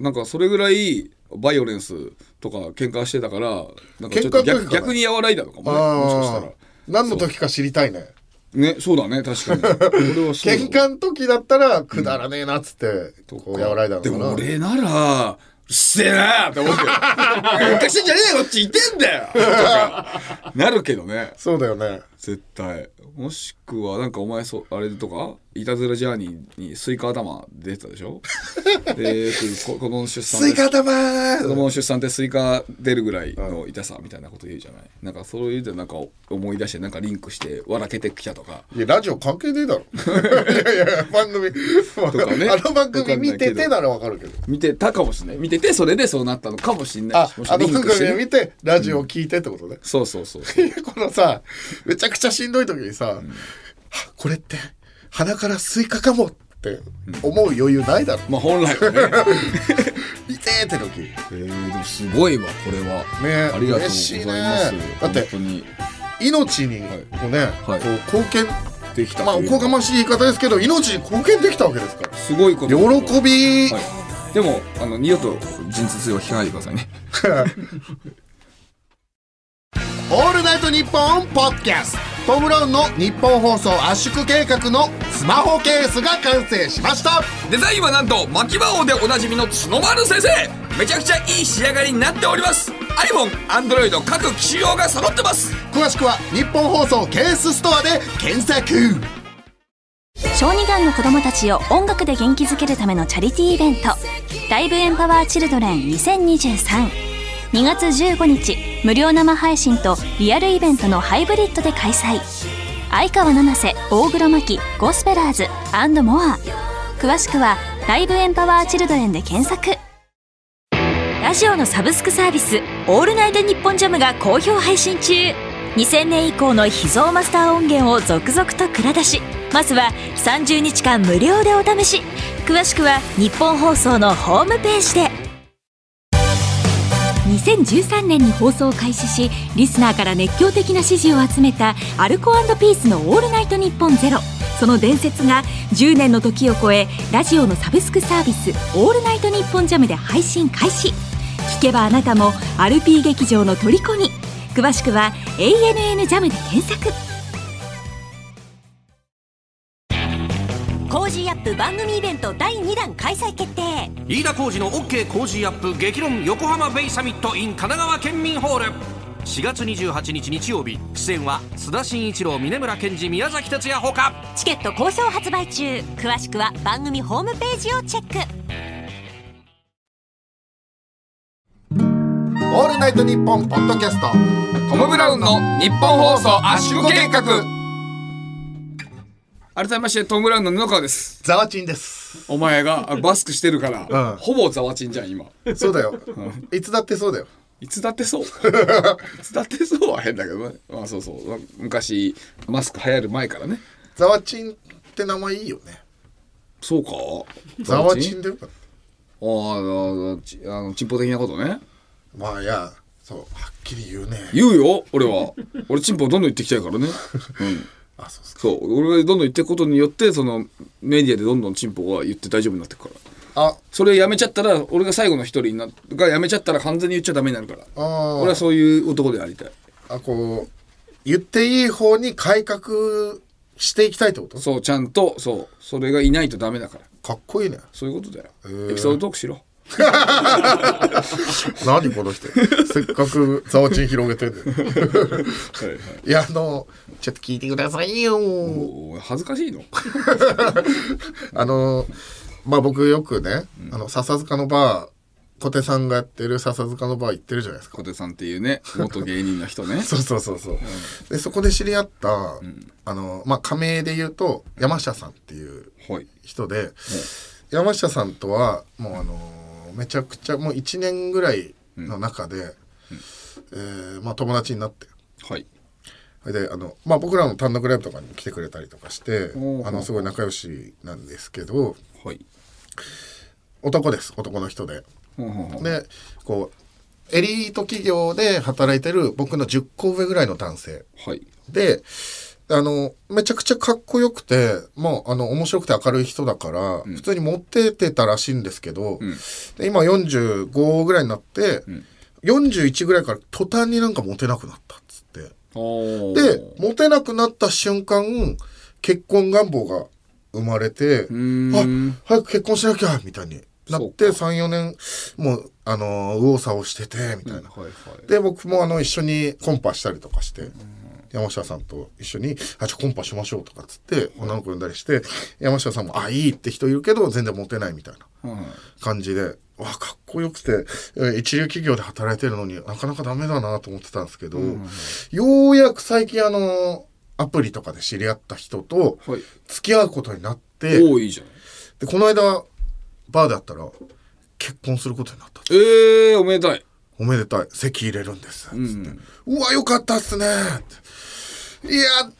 Speaker 2: なんかそれぐらいバイオレンスとか喧嘩してたからなんかちょっと
Speaker 1: 喧嘩の時
Speaker 2: 逆
Speaker 1: かな
Speaker 2: 逆に和らいだとかもねもしかした
Speaker 1: ああ
Speaker 2: ら
Speaker 1: 何の時か知りたいね
Speaker 2: ねそうだね確か にこれはそう
Speaker 1: 喧嘩の時だったらくだらねえなっつって、こう和らいだのか
Speaker 2: で
Speaker 1: な
Speaker 2: も俺ならうっせえなって 思ってる喧嘩してんじゃねえよこっちいてんだよとかなるけどね
Speaker 1: そうだよね
Speaker 2: 絶対もしくはなんかお前そうあれとかいたずらジャーニーにスイカ頭出てたでしょでよくこ子供の出産
Speaker 1: スイカ玉
Speaker 2: 子供の出産ってスイカ出るぐらいの痛さみたいなこと言うじゃない、なんかそういうでなんか思い出してなんかリンクして笑けてきたとか
Speaker 1: いやラジオ関係ねえだろいやいや番組
Speaker 2: かね
Speaker 1: あの番組見
Speaker 2: わか
Speaker 1: て
Speaker 2: んないけ
Speaker 1: て
Speaker 2: ど
Speaker 1: ならわかるけど
Speaker 2: 見てたかもしれない見ててそれでそうなったのかもしれない
Speaker 1: あ
Speaker 2: しもし
Speaker 1: あの
Speaker 2: リン
Speaker 1: 番
Speaker 2: クして
Speaker 1: 組
Speaker 2: ね
Speaker 1: を見てラジオを聞いてってことね、
Speaker 2: そうそうそうそう
Speaker 1: いやこのさめちゃくちゃしんどい時にさ、はこれって鼻からスイカかもって思う余裕ないだろ、
Speaker 2: まあ本来はね、
Speaker 1: 見てーって時ね
Speaker 2: えー、でもすごいわこれは
Speaker 1: え
Speaker 2: ありがとうご
Speaker 1: 嬉しいね
Speaker 2: ざいます
Speaker 1: だって
Speaker 2: 本当に
Speaker 1: 命に
Speaker 2: はい
Speaker 1: こうね、
Speaker 2: はい
Speaker 1: こう貢献
Speaker 2: できた
Speaker 1: まあ
Speaker 2: と
Speaker 1: お
Speaker 2: いう
Speaker 1: こがましい言い方ですけど命に貢献できたわけですから
Speaker 2: すごいこと
Speaker 1: 喜び、
Speaker 2: はい、でもあの二度と陣痛を聞かないでくださいね
Speaker 1: 「オールナイトニッポン」ポッドキャストトム・ブラウンの日本放送圧縮計画のスマホケースが完成しました
Speaker 2: デザインはなんと牧場王でおなじみの角丸先生めちゃくちゃいい仕上がりになっております iPhone、Android 各機種用が揃ってます
Speaker 1: 詳しくは日本放送ケースストアで検索
Speaker 3: 小児がんの子どもたちを音楽で元気づけるためのチャリティーイベント「ライブエンパワーチルドレン2023」2月15日無料生配信とリアルイベントのハイブリッドで開催相川七瀬大黒摩季ゴスペラーズモア詳しくは「ライブエンパワーチルドレン」で検索ラジオのサブスクサービス「オールナイトニッポンジャム」が好評配信中2000年以降の秘蔵マスター音源を続々と蔵出しまずは30日間無料でお試し詳しくは日本放送のホームページで2013年に放送を開始しリスナーから熱狂的な支持を集めたアルコピースの「オールナイトニッポンゼロその伝説が10年の時を超えラジオのサブスクサービス「オールナイトニッポンジャムで配信開始聞けばあなたもアルピー劇場の虜に詳しくは「ANN ジャムで検索コージーアップ番組イベント第2弾開催決定
Speaker 4: 飯田浩司の OK 工事アップ激論横浜ベイサミット in 神奈川県民ホール4月28日日曜日出演は須田慎一郎峯村健二宮崎哲也ほか
Speaker 3: チケット好評発売中詳しくは番組ホームページをチェック
Speaker 1: 「オールナイトニッポン」ポッドキャスト
Speaker 2: トム・ブラウンの日本放送圧縮計画改めましてトム・ブラウンの布川です
Speaker 1: ざわちんです
Speaker 2: お前があ バスクしてるから、
Speaker 1: うん
Speaker 2: ほぼざわちんじゃん今
Speaker 1: そうだよいつだってそうだよ
Speaker 2: いつだって そういつだってそうは変だけどねまあそうそうまあ昔マスク流行る前からね
Speaker 1: ざわちんって名前いいよね
Speaker 2: そうか
Speaker 1: ざわちんでよかった
Speaker 2: あーあのちあのチンポ的なことね
Speaker 1: まあいやそうはっきり言うね
Speaker 2: 言うよ俺は俺チンポどんどん言ってきたいから ね、うん、
Speaker 1: あそうっすか
Speaker 2: そう俺がどんどん言っていくことによってそのメディアでどんどんチンポが言って大丈夫になってくから
Speaker 1: あ
Speaker 2: それやめちゃったら俺が最後の一人にながやめちゃったら完全に言っちゃダメになるから
Speaker 1: あー
Speaker 2: 俺はそういう男でありたい
Speaker 1: あこう言っていい方に改革していきたいってこと
Speaker 2: そうちゃんとそうそれがいないとダメだから
Speaker 1: かっこいいね
Speaker 2: そういうことだよエピソードトークしろ
Speaker 1: 何この人 せっかくざわちん広げてんのに いやあのちょっと聞いてくださいよ
Speaker 2: おい恥ずかしいの
Speaker 1: あのまあ僕よくね、あの笹塚のバー小手さんがやってる笹塚のバー行ってるじゃないですか
Speaker 2: 小手さんっていうね元芸人の人 ね
Speaker 1: そうそうそうそう、でそこで知り合った、あのまあ仮名で言うと山下さんっていう
Speaker 2: はい
Speaker 1: 人で、山下さんとはもうあのーめちゃくちゃもう1年ぐらいの中で、えーまあ、友達になって
Speaker 2: はい
Speaker 1: それであの、まあ、僕らの単独ライブとかにも来てくれたりとかして
Speaker 2: おう
Speaker 1: あのすごい仲良しなんですけど
Speaker 2: はい
Speaker 1: 男です男の人で。
Speaker 2: ほんほんほん
Speaker 1: でこうエリート企業で働いてる僕の10個上ぐらいの男性
Speaker 2: はい
Speaker 1: であのめちゃくちゃかっこよくてもうあの面白くて明るい人だから、普通に持っててたらしいんですけど、で今45ぐらいになって、41ぐらいから途端になんかモテなくなったっつって
Speaker 2: おー
Speaker 1: でモテなくなった瞬間結婚願望が生まれて
Speaker 2: ー
Speaker 1: あ早く結婚しなきゃみたいになって34年もうあの右往左往しててみたいな。
Speaker 2: はいはい
Speaker 1: で僕もあの一緒にコンパしたりとかして、山下さんと一緒に「あじゃあコンパしましょう」とかっつって女の子呼んだりして、山下さんも「あいい」って人いるけど全然モテないみたいな
Speaker 2: はいはい
Speaker 1: 感じでわあかっこよくてえー一流企業で働いてるのになかなかダメだなと思ってたんですけど、ようやく最近あのアプリとかで知り合った人と
Speaker 2: はい
Speaker 1: 付き合うことになって、
Speaker 2: 多いいじゃん
Speaker 1: でこの間バーで会ったら結婚することになったって
Speaker 2: ええー、おめでたい
Speaker 1: おめでたい席入れるんです」つっ
Speaker 2: う
Speaker 1: て。
Speaker 2: ん
Speaker 1: うわ、よかったっすね。いや、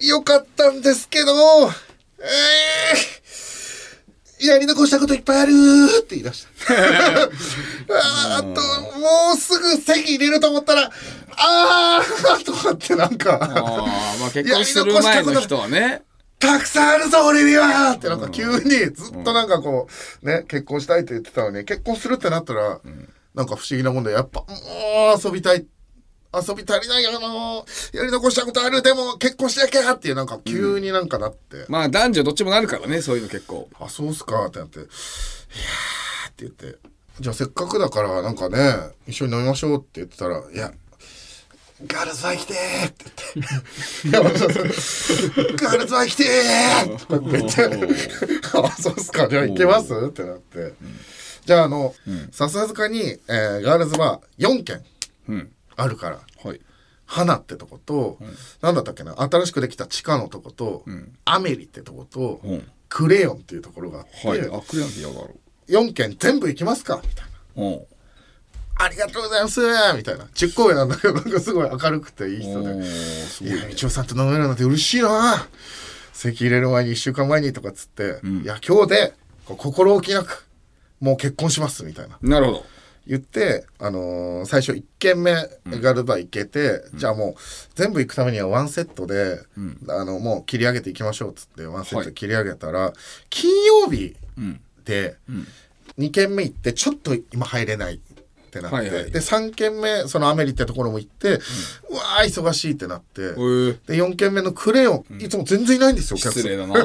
Speaker 1: よかったんですけど、えー、やり残したこといっぱいあるって言い出 した。あーあと、もうすぐ席入れると思ったら、あーとかってなん か、
Speaker 2: ああまあ結婚する前の人はね
Speaker 1: たくさんあるぞ、俺にはってなんか急にずっとなんかこう、ね、結婚したいって言ってたのに、結婚するってなったら、なんか不思議なもんで、やっぱ、もう遊びたい。遊び足りないあのやり残したことあるでも結婚しなきゃっていうなんか急になんかなって、
Speaker 2: まあ男女どっちもなるからねそういうの結構
Speaker 1: あそうっすかってなって「いやー」って言って「じゃあせっかくだからなんかね一緒に飲みましょう」って言ってたら「いやガールズバイ来てー」って言 って「ガールズバイ来てー」とかって言って 「あそうっすかじゃあ行けます?」ってなってじゃああの、笹塚に、えーガールズバー4軒
Speaker 2: うん
Speaker 1: あるから。
Speaker 2: はい
Speaker 1: 花ってとこと、なんだったっけな新しくできた地下のとこと、アメリってとこと、
Speaker 2: うん
Speaker 1: クレヨンっていうところがあって、
Speaker 2: はいあクレヨンって嫌だろ
Speaker 1: 4件全部行きますかみたいな。
Speaker 2: うん
Speaker 1: ありがとうございますみたいな。10公演なんだけど、 なんかすごい明るくていい人
Speaker 2: お
Speaker 1: で。
Speaker 2: ーす
Speaker 1: い
Speaker 2: ごい
Speaker 1: や、みちおさんと飲めるなんて嬉しいな席入れる前に1週間前にとかっつって、いや、今日でこう心置きなく、もう結婚しますみたいな。
Speaker 2: なるほど
Speaker 1: 言って、あのー最初1軒目ガルバ行けて、じゃあもう全部行くためにはワンセットで、あのもう切り上げていきましょうっつってワンセッ
Speaker 2: は
Speaker 1: ト
Speaker 2: い
Speaker 1: 切り上げたら、金曜日
Speaker 2: ん
Speaker 1: で2軒目行ってちょっと今入れないってなって、
Speaker 2: はいはい
Speaker 1: で3軒目そのアメリってところも行って、うわー忙しいってなって、
Speaker 2: ー
Speaker 1: で4軒目のクレヨン、いつも全然いないんですよお客さん
Speaker 2: 失礼だなへ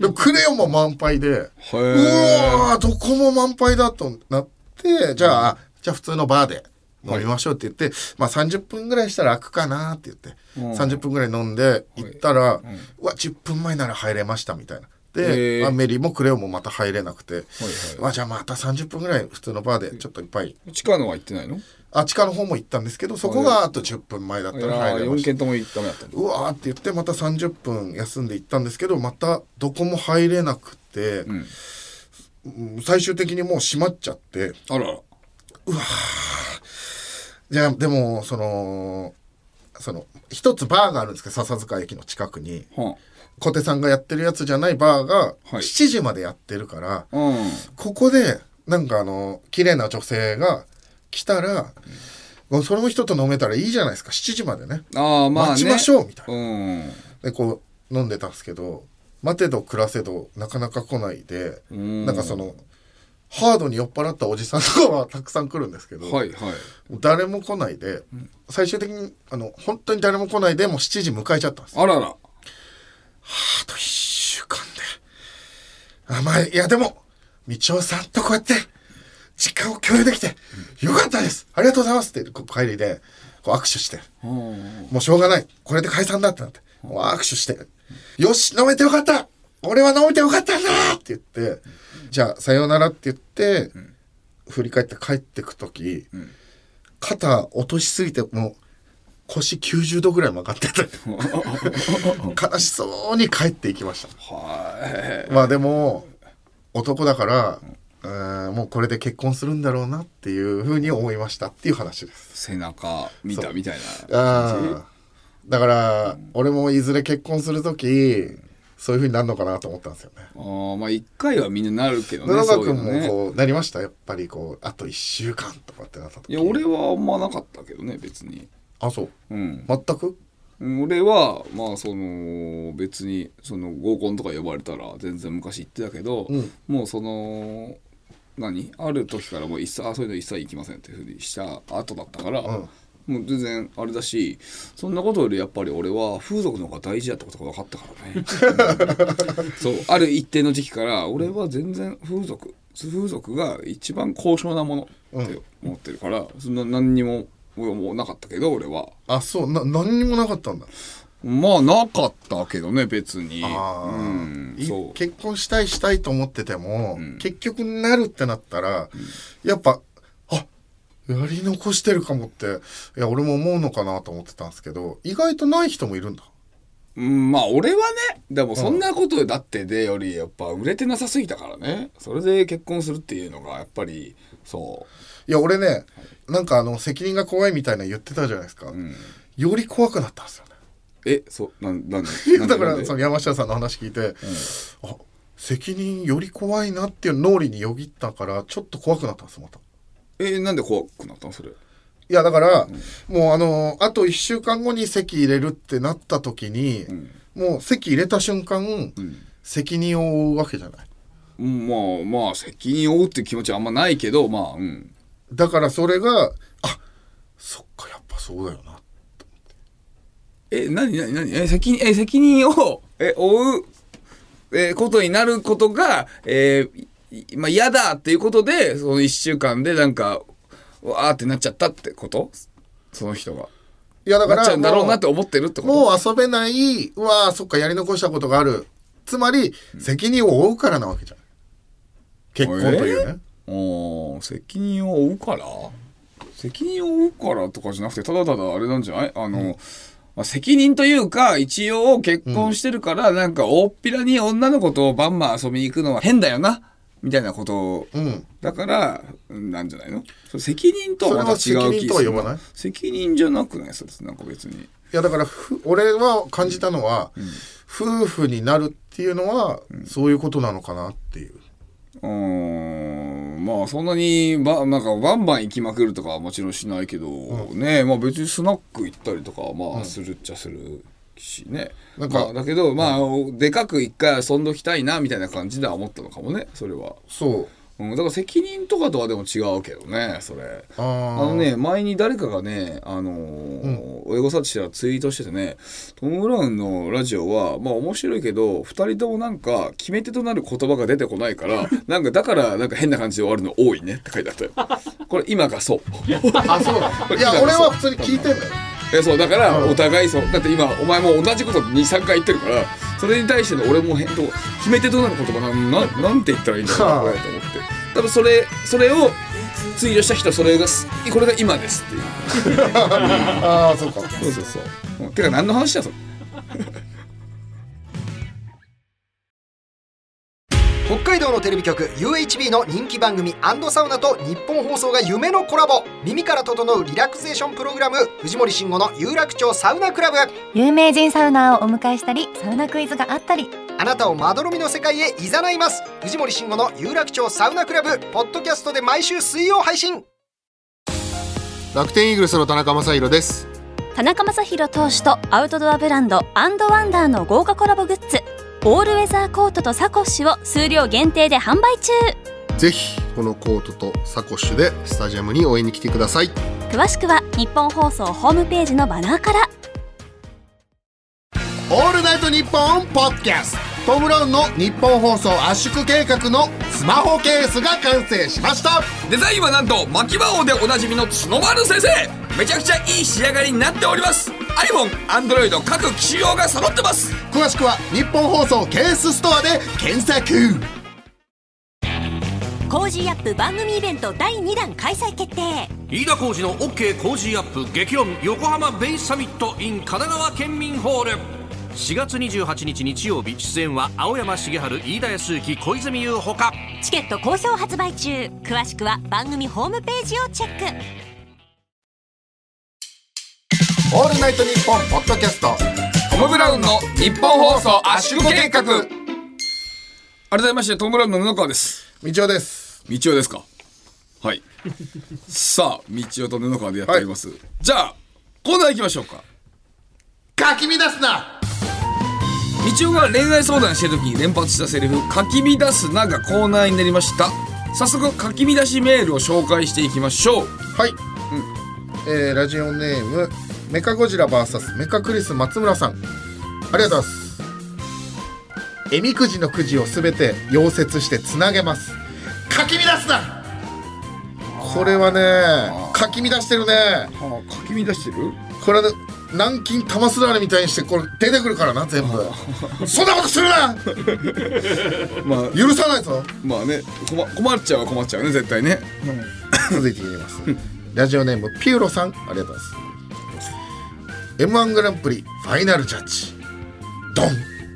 Speaker 1: でもクレヨンも満杯で。う
Speaker 2: え
Speaker 1: わーどこも満杯だとなってじゃあ、じゃあ普通のバーで飲みましょうって言って、まあ30分ぐらいしたら開くかなって言って、30分ぐらい飲んで行ったら、うわ10分前なら入れましたみたいな。
Speaker 2: へー
Speaker 1: でアメリもクレヨンもまた入れなくて、
Speaker 2: いう
Speaker 1: わじゃあまた30分ぐらい普通のバーでちょっといっぱい
Speaker 2: 地下のは行ってないの
Speaker 1: あ地下の方も行ったんですけどそこがあと10分前だったら入れま
Speaker 2: 4
Speaker 1: した
Speaker 2: 軒ともダメだったんだ
Speaker 1: うわーって言ってまた30分休んで行ったんですけどまたどこも入れなくて、
Speaker 2: ん
Speaker 1: うん最終的にもう閉まっちゃって
Speaker 2: あらら
Speaker 1: じゃあでもそのその一つバーがあるんですけど笹塚駅の近くに
Speaker 2: は
Speaker 1: 小手さんがやってるやつじゃないバーが
Speaker 2: はい
Speaker 1: 7時までやってるから、
Speaker 2: あうん
Speaker 1: ここでなんかあの綺麗な女性が来たら、その人と飲めたらいいじゃないですか7時までね
Speaker 2: ああまあね
Speaker 1: 待ちましょうみたいな
Speaker 2: うん
Speaker 1: でこう飲んでたんですけど待てど暮らせどなかなか来ないで
Speaker 2: ん
Speaker 1: なんかそのハードに酔っ払ったおじさんとかはたくさん来るんですけど、
Speaker 2: はいはい
Speaker 1: もう誰も来ないで、最終的にあの本当に誰も来ないでもう7時迎えちゃったんですよ
Speaker 2: あらら
Speaker 1: あと1週間であまあいやでも道夫さんとこうやって時間を共有できてよかったですありがとうございますってこう帰りでこう握手して
Speaker 2: うん
Speaker 1: もうしょうがない。これで解散だってなって。もう握手して。よし飲めてよかった俺は飲めてよかったんだって言って、じゃあさようならって言って、振り返って帰ってくとき、肩落としすぎて、もう腰90度ぐらい曲がってて、悲しそうに帰っていきました。
Speaker 2: は
Speaker 1: まあでも、男だから、えーもうこれで結婚するんだろうなっていうふうに思いましたっていう話です
Speaker 2: い。背中見たみたいな
Speaker 1: ああだから俺もいずれ結婚する時そういう風になるのかなと思ったんですよね
Speaker 2: あーまあ一回はみんななるけどね
Speaker 1: 野中
Speaker 2: そういう
Speaker 1: 君も
Speaker 2: のね
Speaker 1: こうなりましたやっぱりこうあと1週間とかってなった時
Speaker 2: いや俺はあんまなかったけどね別に
Speaker 1: あそう
Speaker 2: うん
Speaker 1: 全く
Speaker 2: 俺はまあその別にその合コンとか呼ばれたら全然昔行ってたけど、
Speaker 1: ん
Speaker 2: もうその何ある時からもう一切あそういうの一切行きませんっていうふうにした後だったから、もう全然あれだしそんなことよりやっぱり俺は風俗の方が大事だってことが分かったから ねそうある一定の時期から俺は全然風俗風俗が一番高尚なものって思ってるから、そんな何にももうなかったけど俺は。
Speaker 1: あそうな何にもなかったんだ
Speaker 2: まあなかったけどね別に
Speaker 1: あー
Speaker 2: うん
Speaker 1: い
Speaker 2: そう
Speaker 1: 結婚したいしたいと思ってても、結局なるってなったら、やっぱあやり残してるかもっていや俺も思うのかなと思ってたんですけど意外とない人もいるんだ
Speaker 2: うんまあ俺はねでもそんなことだってでよりやっぱ売れてなさすぎたからねそれで結婚するっていうのがやっぱりそう
Speaker 1: いや俺ねなんかあの責任が怖いみたいなの言ってたじゃないですか、より怖くなったん ですよね
Speaker 2: えそうなんなんで
Speaker 1: い
Speaker 2: な
Speaker 1: や
Speaker 2: んで
Speaker 1: だか
Speaker 2: なん
Speaker 1: ら
Speaker 2: で
Speaker 1: その山下さんの話聞いて、あ責任より怖いなっていう脳裏によぎったからちょっと怖くなったんですまた
Speaker 2: えなんで怖くなったのそれ
Speaker 1: いやだから、もうあのあと1週間後に席入れるってなった時に、もう席入れた瞬間、責任を負うわけじゃない
Speaker 2: うんまあまあ責任を負うっていう気持ちはあんまないけどまあうん
Speaker 1: だからそれがあそっかやっぱそうだよな
Speaker 2: え、なになになにえ、責任、え、責任を、え、負う、えーことになることが、えーいまあ嫌だっていうことで、その一週間でなんか、わーってなっちゃったってことその人が。
Speaker 1: いやだから
Speaker 2: なっちゃうんだろうなって思ってるってこと
Speaker 1: もうもう遊べないうわあそっかやり残したことがあるつまり責任を負うからなわけじゃん結婚というね、
Speaker 2: おー責任を負うから責任を負うからとかじゃなくてただただあれなんじゃないあの、まあ責任というか一応結婚してるから、なんか大っぴらに女の子とバンバン遊びに行くのは変だよなみたいなことを、
Speaker 1: うん
Speaker 2: だからなんじゃないのそれ責任とはまた違う
Speaker 1: そ
Speaker 2: 気
Speaker 1: れは責任とは呼ばない
Speaker 2: する責任じゃなくないそれなんか別に
Speaker 1: いやだからふ俺は感じたのは、夫婦になるっていうのは、そういうことなのかなっていう
Speaker 2: うーんまあそんなにばなんかバンバン行きまくるとかはもちろんしないけど、ねまあ別にスナック行ったりとかはまあするっちゃするしね、
Speaker 1: なん
Speaker 2: ま
Speaker 1: か
Speaker 2: あだけどまあ、でかく一回遊んどきたいなみたいな感じでは思ったのかもねそれは、
Speaker 1: そう
Speaker 2: うん、だから責任とかとはでも違うけどねそれ
Speaker 1: あ
Speaker 2: あ
Speaker 1: ー
Speaker 2: のね前に誰かがねあのーエゴサーチしたらツイートしててねトム・ブラウンのラジオはまあ面白いけど2人ともなんか決め手となる言葉が出てこないから なんかだからなんか変な感じで終わるの多いねって書いてあったよこれ今がそう
Speaker 1: あ そうだいや俺は普通に聞いてんだよ
Speaker 2: えそうだからお互いそうだって今お前も同じこと23回言ってるからそれに対しての俺も変と決め手となる言葉なんなんなんて言ったらいいんだろうなこれと思って多分それそれをツイートした人はそれがすこれが今ですっていう。
Speaker 1: ああそうか
Speaker 2: そうそうそう。うんてか何の話だそれ。
Speaker 5: 北海道のテレビ局 UHB の人気番組サウナと日本放送が夢のコラボ耳から整うリラクゼーションプログラム藤森慎吾の有楽町サウナクラブ
Speaker 6: 有名人サウナーをお迎えしたりサウナクイズがあったり
Speaker 5: あなたをまどろみの世界へいざないます藤森慎吾の有楽町サウナクラブポッドキャストで毎週水曜配信
Speaker 7: 楽天イーグルスの田中将大です
Speaker 3: 田中将大投手とアウトドアブランドアンドワンダーの豪華コラボグッズオールウェザーコートとサコッシュを数量限定で販売中
Speaker 7: ぜひこのコートとサコッシュでスタジアムに応援に来てください
Speaker 3: 詳しくは日本放送ホームページのバナーから
Speaker 7: 「オールナイトニッポン」ポッドキャストトム・ブラウンの日本放送圧縮計画のスマホケースが完成しました
Speaker 2: デザインはなんと巻き魔王でおなじみの角丸先生。めちゃくちゃいい仕上がりになっております。iPhone、Android 各機種用が揃ってます。
Speaker 7: 詳しくは日本放送ケースストアで検索
Speaker 3: コージーアップ番組イベント第2弾開催決定
Speaker 4: 飯田浩二の OK 工事アップ激論横浜ベイサミット in 神奈川県民ホール4月28日日曜日出演は青山茂春飯田康之小泉優ほか
Speaker 3: チケット好評発売中詳しくは番組ホームページをチェック
Speaker 7: 「オールナイトニッポン」ポッドキャスト
Speaker 2: トム・ブラウンの日本放送圧縮計画。改めまして、トム・ブラウンの布川です。
Speaker 1: 道夫です
Speaker 2: 道夫ですかはい。さあ、道夫と布川でやっております。じゃあ、コーナー行きましょうか。
Speaker 7: かき乱すな
Speaker 2: 道夫が恋愛相談してる時に連発したセリフ「かき乱すな」がコーナーになりました早速かき乱しメールを紹介していきましょう
Speaker 1: はい、えーラジオネームメカゴジラ VS メカクリス松村さんありがとうございますえみくじのくじをすべて溶接してつなげます
Speaker 7: かき乱すな
Speaker 1: これはねかき乱してるね
Speaker 2: あかき乱してる
Speaker 1: これ軟禁玉すだれみたいにしてこれ出てくるからな全部そんなことするな
Speaker 2: まあ
Speaker 1: 許さないぞ
Speaker 2: まあね困困っちゃうは困っちゃうね絶対ね
Speaker 1: 続いていきますラジオネームピューロさんありがとうございます m 1グランプリファイナルジャッジドン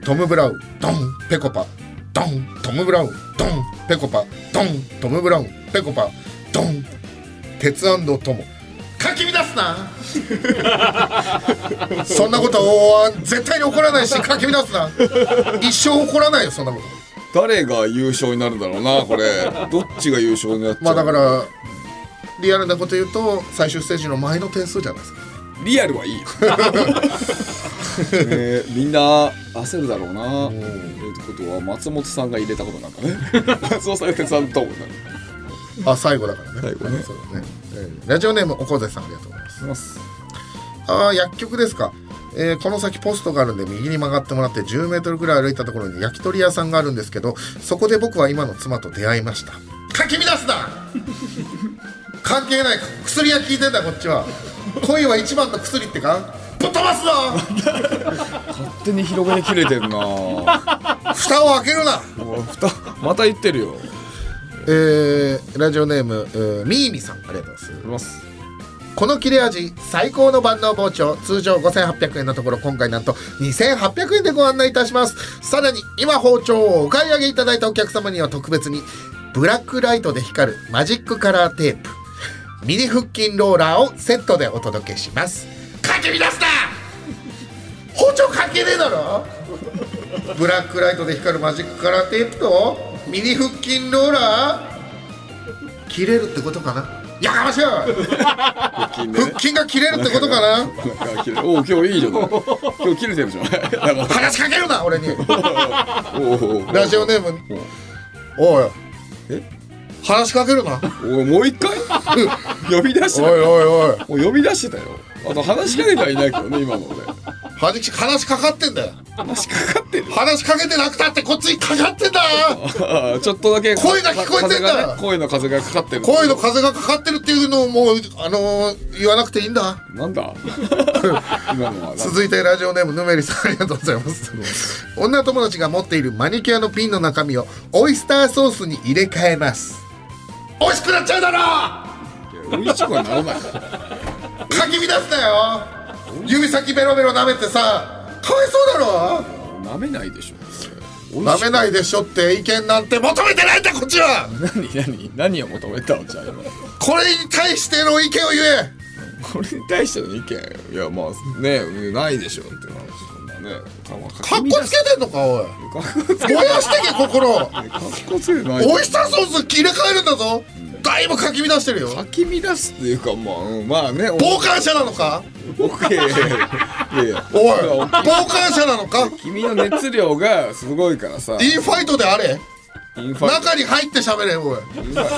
Speaker 1: トム・ブラウンドンペコパドントム・ブラウンドンペコパドントム・ブラウンペコパドン鉄トモかき乱すなそんなことは絶対に怒らないしかき乱すな一生怒らないよそんなこと
Speaker 2: 誰が優勝になるんだろうなこれどっちが優勝になっちゃう
Speaker 1: まあだからリアルなこと言うと最終ステージの前の点数じゃないですか
Speaker 2: リアル はいいよねみんな焦るだろうなということは松本さんが入れたことな んかね松本さんが手伝うと思うなる
Speaker 1: あ最後だからね
Speaker 2: 最後ね
Speaker 1: そうだね、えーラジオネームおこぜさんありがとうございます
Speaker 2: ます
Speaker 1: ああ薬局ですか、えーこの先ポストがあるんで右に曲がってもらって1 0メートルぐらい歩いたところに焼き鳥屋さんがあるんですけどそこで僕は今の妻と出会いましたかき乱すな 関係ない薬は効いてんだこっちは恋は一番の薬ってかぶっ飛ばすな
Speaker 2: 勝手に広がりきれ てるなも
Speaker 1: 蓋を開けるな
Speaker 2: うふたまた言ってるよ
Speaker 1: えーラジオネーム、えーみーみさんありがとうございます
Speaker 2: あります
Speaker 1: この切れ味最高の万能包丁通常5800円のところ今回なんと2800円でご案内いたしますさらに今包丁をお買い上げいただいたお客様には特別にブラックライトで光るマジックカラーテープミニ腹筋ローラーをセットでお届けしますかけ乱すな包丁かけねえだろブラックライトで光るマジックカラーテープとミニ腹筋ローラー切れるってことかなやかましいわ
Speaker 2: 腹筋でね
Speaker 1: 腹筋が切れるってことかな
Speaker 2: なんか切れおう今日いいじゃない今日切れてるじゃないなんか
Speaker 1: 話しかけるな俺に
Speaker 2: おうおう
Speaker 1: ラジオネームおい話しかける な
Speaker 2: おいもう一回呼び出して
Speaker 1: お
Speaker 2: た
Speaker 1: い
Speaker 2: よ
Speaker 1: おいおい
Speaker 2: もう呼び出してたよあと話しかけてはいないけどね今の俺
Speaker 1: 話し話しかかってんだよ
Speaker 2: 話しかかってる
Speaker 1: 話しかけてなくたってこっちにかかってんだよ
Speaker 2: ああちょっとだけ
Speaker 1: 声が聞こえてんだよ
Speaker 2: 風がね声の風がかかってる
Speaker 1: 声の風がかかってるっていうのをもうあのー言わなくていいんだ
Speaker 2: なんだ今のはなんだ
Speaker 1: 続いてラジオネームぬめりさんありがとうございます女友達が持っているマニキュアのピンの中身をオイスターソースに入れ替えます美味しくなっちゃうだろ
Speaker 2: 美味しくはならない
Speaker 1: かき乱すなよ指先ベロベロ舐めてさかわいそうだろ
Speaker 2: 舐めないでしょそれ
Speaker 1: 舐めないでしょって意見なんて求めてないんだこっちは
Speaker 2: 何何何を求めたのじゃあ今
Speaker 1: これに対しての意見を言え
Speaker 2: これに対しての意見いやまあねないでしょっていう話そんなねか
Speaker 1: かっこつけてんのかおい
Speaker 2: けか
Speaker 1: 燃やしてけ心
Speaker 2: っこつけてない
Speaker 1: オイスターソース切れ替えるんだぞだいぶかき乱してるよ
Speaker 2: かき乱すっていうかまあ、うんまあね
Speaker 1: 傍観者なのか
Speaker 2: 僕いやいやいや
Speaker 1: おい傍観者なのか
Speaker 2: 君の熱量がすごいからさ
Speaker 1: インファイトであれ
Speaker 2: インファイ
Speaker 1: 中に入って喋れおい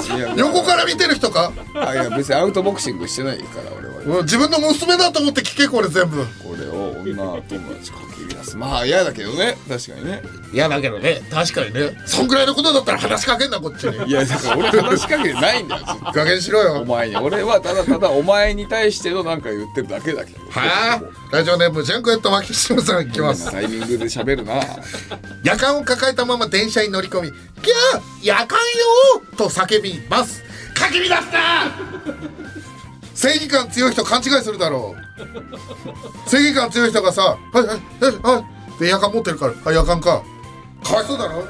Speaker 2: トいやいや
Speaker 1: 横から見てる人か
Speaker 2: あいや別にアウトボクシングしてないから俺は
Speaker 1: おい自分の娘だと思って聞けこれ全部
Speaker 2: これを女友達かき乱すまあ嫌だけどね確かにね
Speaker 1: 嫌だけどね確かにねそんぐらいのことだったら話しかけんなこっち に
Speaker 2: いやだから俺話しかけてないんだよずっ
Speaker 1: 加減しろ
Speaker 2: とお
Speaker 1: よ
Speaker 2: 前に俺はただただお前に対してのなんか言ってるだけだけど
Speaker 1: はあラジオネームジャンクエットマキシムさんいきます
Speaker 2: タイミングで喋るな
Speaker 1: 夜間を抱えたまま電車に乗り込み「キャー夜間よー!」と叫びますかき乱すな正義感強い人勘違いするだろう正義感強い人がさ「はいはいはいはい」で夜間持ってるから「あ夜間か」かわいそうだろ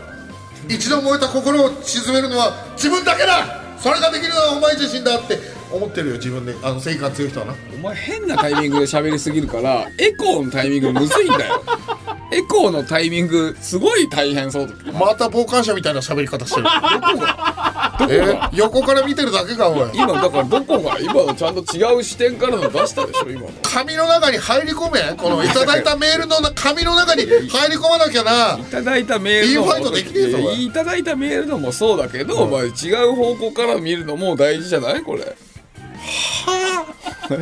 Speaker 1: 一度燃えた心を沈めるのは自分だけだそれができるのはお前自身だって思ってるよ自分であの正義感強い人はな
Speaker 2: お前変なタイミングで喋りすぎるからエコーのタイミングむずいんだよエコーのタイミングすごい大変そうだけど
Speaker 1: また傍観者みたいな喋り方してる
Speaker 2: どこが
Speaker 1: えー横から見てるだけかおい
Speaker 2: 今だからどこが今のちゃんと違う視点からの出したでしょ今の
Speaker 1: 紙の中に入り込めこのいただいたメールのな紙の中に入り込まなきゃない
Speaker 2: ただいたメール
Speaker 1: いいファイトできねえぞおい
Speaker 2: いただいたメールのもそうだけど、まあ違う方向から見るのも大事じゃないこれ
Speaker 1: 違う方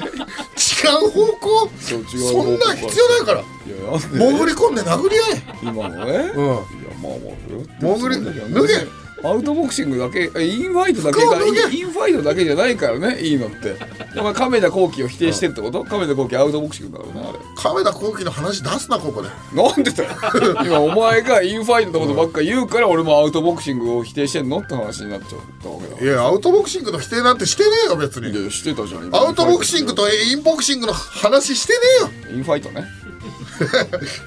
Speaker 1: 向
Speaker 2: そう違う
Speaker 1: そんな
Speaker 2: 方向から
Speaker 1: ん必要ないから
Speaker 2: いやなんで
Speaker 1: 潜り込んで殴り合え
Speaker 2: 今のね、いや
Speaker 1: うん
Speaker 2: まあまあ
Speaker 1: 潜り
Speaker 2: そうだけど
Speaker 1: 脱げ
Speaker 2: アウトボクシングだけえインファイトだけ
Speaker 1: 服を
Speaker 2: が
Speaker 1: 脱げ
Speaker 2: インインファイトだけじゃないからねいいのってお前亀田光輝を否定してるってこと亀田光輝アウトボクシングだろうなあれ
Speaker 1: 亀田光輝の話出すなここで
Speaker 2: なんでだよ今お前がインファイトのことばっか言うから俺もアウトボクシングを否定してんのって話になっちゃったわけだ
Speaker 1: いやアウトボクシングの否定なんてしてねえよ別に
Speaker 2: いやしてたじゃん今
Speaker 1: アウトボクシングとインボクシングの話してね
Speaker 2: インファイトね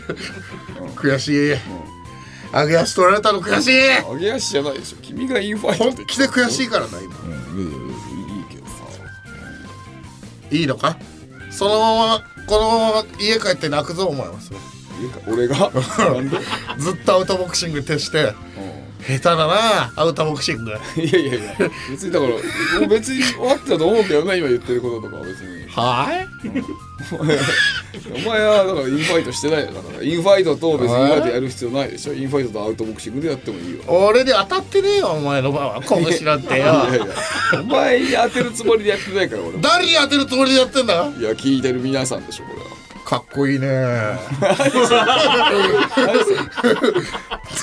Speaker 1: えよ悔しい揚げ足取られたの悔しい
Speaker 2: 揚げ足じゃないでしょ君がインファイト
Speaker 1: 本気で悔しいからな今
Speaker 2: いやいやいいけどさ
Speaker 1: いいのかそのままこのまま家帰って泣くぞお前はそれ
Speaker 2: いいか俺がなんで
Speaker 1: ずっとアウトボクシングに徹して下手だなアウターボクシング
Speaker 2: いやいやいや別にだからもう別に終わってたと思うけどな今言ってることとかは別に
Speaker 1: は
Speaker 2: お前はだからインファイトしてないよだからインファイトと別にインファイトやる必要ないでしょインファイトとアウトボクシングでやってもいいよ
Speaker 1: い俺で当たってねえよお前の場は拳なんて
Speaker 2: い
Speaker 1: よ
Speaker 2: やいやお前に当てるつもりでやってないから俺も
Speaker 1: 誰に当てるつもりでやってんだ
Speaker 2: いや聞いてる皆さんでしょこれは
Speaker 1: かっこいいね